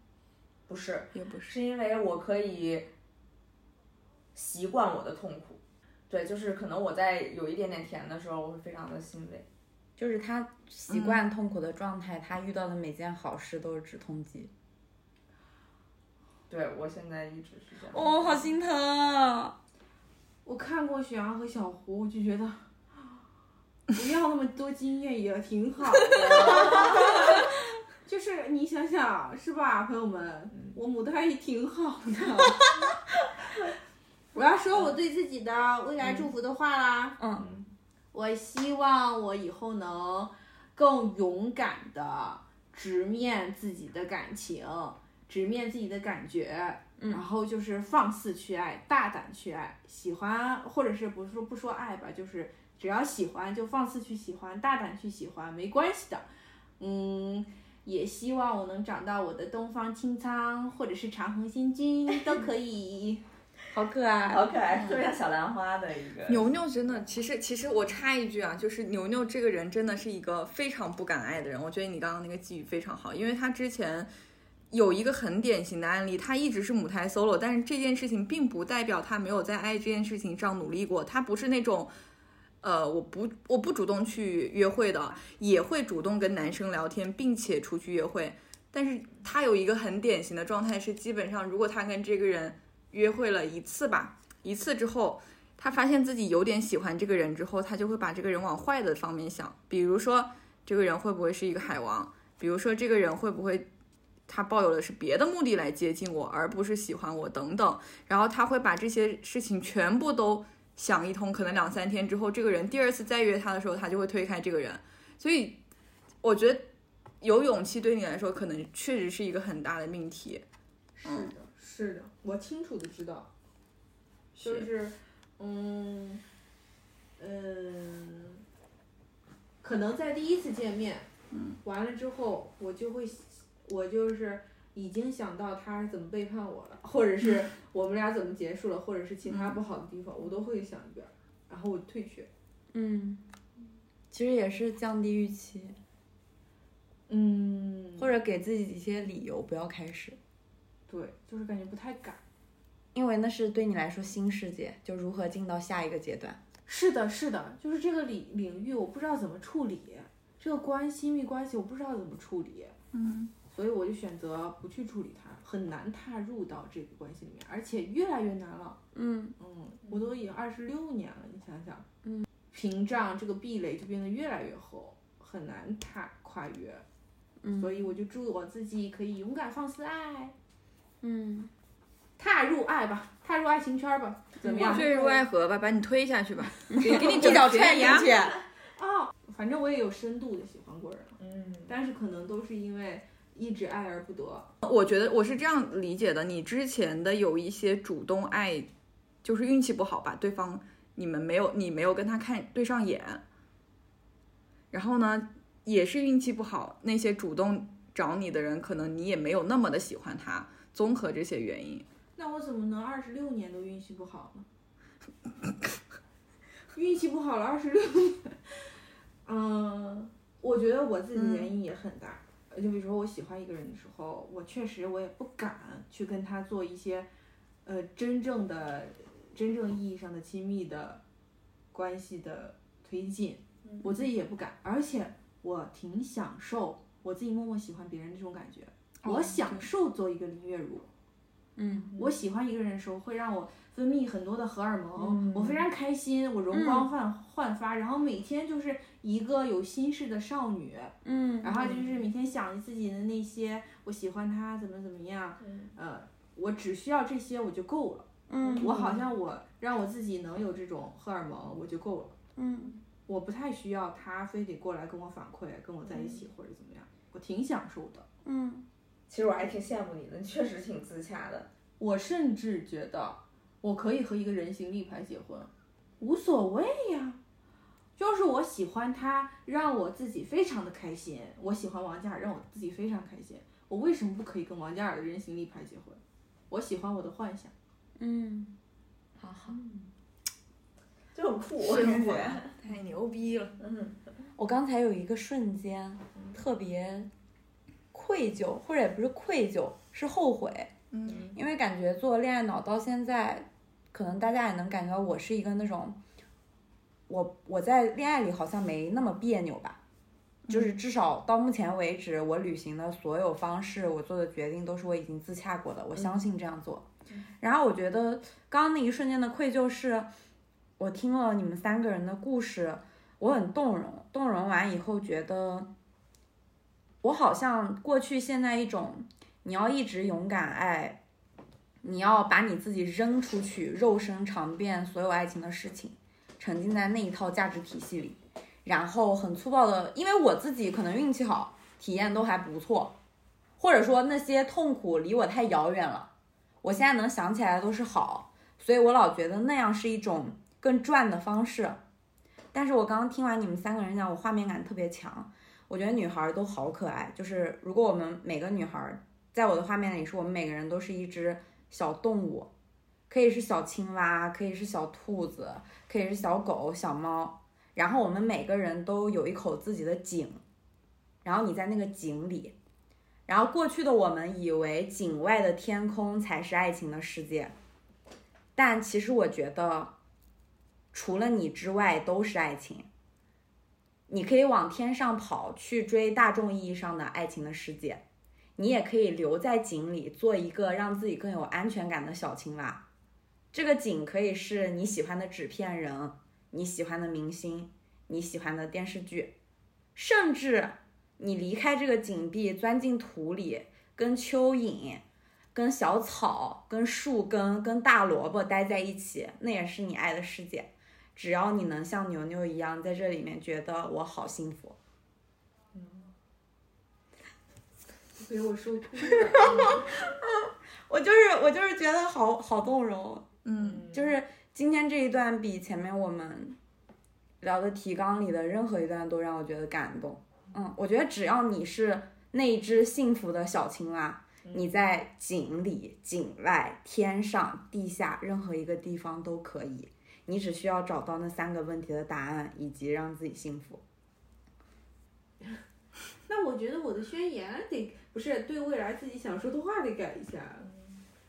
不是，也不是。是因为我可以习惯我的痛苦。对，就是可能我在有一点点甜的时候，我会非常的欣慰。就是他习惯痛苦的状态，他遇到的每件好事都是止痛剂。对我现在一直是这样。哦，好心疼啊！我看过雪阳和小胡，我就觉得不要那么多经验也挺好的。 就是你想想是吧，朋友们，嗯我母胎也挺好 的。我要说我对自己的未来祝福的话啦，嗯，我希望我以后能更勇敢的直面自己的感情，直面自己的感觉，嗯然后就是放肆去爱，大胆去爱，喜欢或者是不是说不说爱吧，就是只要喜欢就放肆去喜欢，大胆去喜欢，没关系的。嗯，也希望我能找到我的东方青苍或者是长恒星君都可以。 好可爱。好可爱，特别像小兰花的一个。牛牛真的，其实其实我插一句啊，就是牛牛这个人真的是一个非常不敢爱的人。我觉得你刚刚那个寄语非常好，因为他之前有一个很典型的案例，他一直是母胎 solo，但是这件事情并不代表他没有在爱这件事情上努力过，他不是那种。呃，我不，我不主动去约会的，也会主动跟男生聊天，并且出去约会。但是他有一个很典型的状态是，基本上如果他跟这个人约会了一次吧，一次之后，他发现自己有点喜欢这个人之后，他就会把这个人往坏的方面想，比如说这个人会不会是一个海王，比如说这个人会不会他抱有的是别的目的来接近我，而不是喜欢我等等。然后他会把这些事情全部都想一通，可能两三天之后，这个人第二次再约他的时候，他就会推开这个人。所以我觉得有勇气对你来说，可能确实是一个很大的命题。是的，是的，我清楚的知道，就是，嗯，嗯，可能在第一次见面，嗯，完了之后，我就会，我就是已经想到他是怎么背叛我了，或者 是我们俩怎么结束了，或者是其他不好的地方，我都会想一遍儿，然后我退却。嗯，其实也是降低预期，嗯，或者给自己一些理由不要开始。对，就是感觉不太敢。因为那是对你来说新世界，就如何进到下一个阶段。是的，是的，就是这个领领域，我不知道怎么处理这个关系亲密关系，我不知道怎么处理，嗯，所以我就选择不去处理它，很难踏入到这个关系里面，而且越来越难了。嗯嗯，我都已经二十六年了，你想想，嗯，屏障这个壁垒就变得越来越厚，很难踏跨越。嗯所以我就祝我自己可以勇敢放肆爱，嗯，踏入爱吧。踏入爱情圈吧，怎么样？坠入爱河吧，把你推下去吧，给给你啊 一整脚悬踹崖进去。啊、反正我也有深度的喜欢过人，嗯，但是可能都是因为一直爱而不得。我觉得我是这样理解的，你之前的有一些主动爱，就是运气不好吧，对方你们没有你没有跟他看对上眼，然后呢也是运气不好，那些主动找你的人，可能你也没有那么的喜欢他，综合这些原因，那我怎么能二十六年都运气不好呢？ 运气不好了二十六年，嗯，我觉得我自己原因也很大。就比如说我喜欢一个人的时候，我确实我也不敢去跟他做一些，呃，真正的、真正意义上的亲密的关系的推进，我自己也不敢，而且我挺享受我自己默默喜欢别人这种感觉，我享受做一个林月如。我喜欢一个人的时候，会让我分泌很多的荷尔蒙，我非常开心，我容光焕、焕发，然后每天就是一个有心事的少女，嗯，然后就是每天想自己的那些，我喜欢他怎么怎么样，呃，我只需要这些我就够了，嗯，我好像我让我自己能有这种荷尔蒙我就够了，嗯，我不太需要他非得过来跟我反馈，跟我在一起、或者怎么样，我挺享受的。其实我还挺羡慕你的，你确实挺自洽的。我甚至觉得我可以和一个人形立牌结婚，无所谓呀。就是我喜欢他，让我自己非常的开心。我喜欢王嘉尔，让我自己非常开心。我为什么不可以跟王嘉尔的人形立牌结婚？我喜欢我的幻想。嗯好好，就很酷，我感觉。 太牛逼了！嗯，我刚才有一个瞬间特别愧疚，或者也不是愧疚，是后悔。嗯，因为感觉做恋爱脑到现在，可能大家也能感觉到我是一个那种，我我在恋爱里好像没那么别扭吧，就是至少到目前为止，我旅行的所有方式，我做的决定都是我已经自洽过的，我相信这样做。然后我觉得刚刚那一瞬间的愧疚是，我听了你们三个人的故事，我很动容，动容完以后觉得。我好像过去现在一种，你要一直勇敢爱，你要把你自己扔出去，肉身尝遍所有爱情的事情，沉浸在那一套价值体系里，然后很粗暴的，因为我自己可能运气好，体验都还不错，或者说那些痛苦离我太遥远了，我现在能想起来的都是好，所以我老觉得那样是一种更赚的方式。但是我刚刚听完你们三个人讲，我画面感特别强，我觉得女孩儿都好可爱，就是如果我们每个女孩儿在我的画面里是我们每个人都是一只。小动物，可以是小青蛙，可以是小兔子，可以是小狗、小猫。然后我们每个人都有一口自己的井，然后你在那个井里。然后过去的我们以为井外的天空才是爱情的世界，但其实我觉得，除了你之外都是爱情。你可以往天上跑去追大众意义上的爱情的世界，你也可以留在井里做一个让自己更有安全感的小青蛙。这个井可以是你喜欢的纸片人，你喜欢的明星，你喜欢的电视剧，甚至你离开这个井壁，钻进土里，跟蚯蚓、跟小草、跟树根、跟大萝卜待在一起，那也是你爱的世界。只要你能像牛牛一样在这里面觉得我好幸福，嗯所以我说哭 了。嗯我就是我就是觉得好好动容，嗯，就是今天这一段比前面我们聊的提纲里的任何一段都让我觉得感动。嗯，我觉得只要你是那一只幸福的小青蛙，你在井里、井外、天上、地下任何一个地方都可以，你只需要找到那三个问题的答案，以及让自己幸福。那我觉得我的宣言得不是对未来自己想说的话得改一下，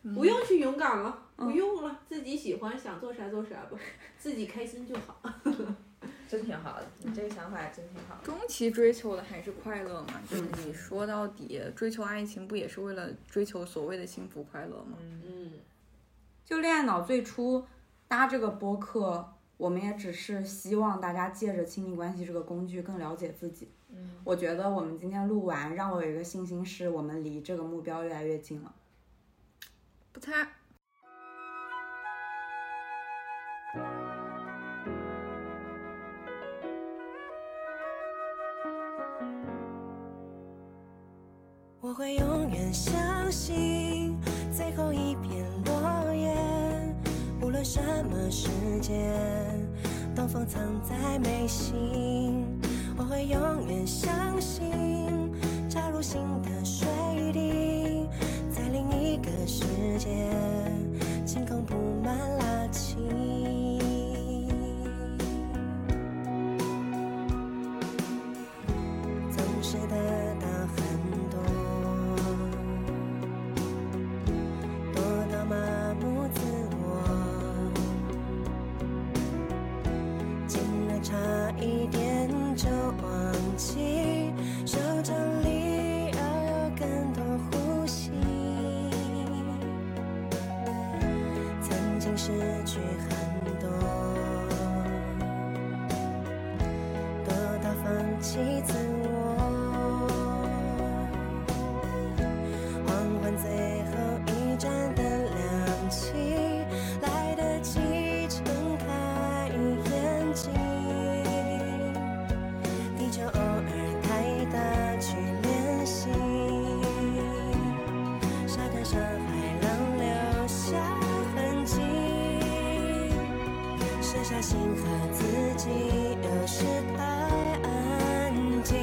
嗯不用去勇敢了，不用了，自己喜欢想做啥做啥吧，自己开心就好。嗯真挺好的，你这个想法真挺好的。终其追求的还是快乐嘛，就是你说到底，追求爱情不也是为了追求所谓的幸福快乐吗？嗯，嗯。就恋爱脑最初搭这个播客，我们也只是希望大家借着亲密关系这个工具更了解自己。嗯，我觉得我们今天录完，让我有一个信心，是我们离这个目标越来越近了。不猜。会永远相信最后一片落叶，无论什么时间，东风藏在眉心。我会永远相信，扎入心的水滴，在另一个世界，晴空布满拉青。总是得到很多，多到麻木自我，竟然差一点就忘记，手掌里要有更多呼吸。曾经失去很多，多到放弃自我。黄昏最后一盏灯亮起，来得及睁开眼睛。地球偶尔太大去练习，沙滩上海浪留下痕迹，剩下心和自己，有时太安静，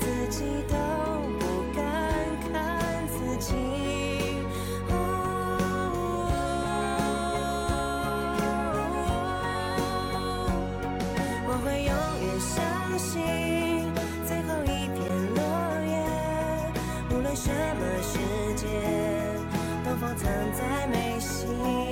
自己都不敢看自己。哦我会永远相信最后一片落叶，无论什么时间，都放藏在眉心。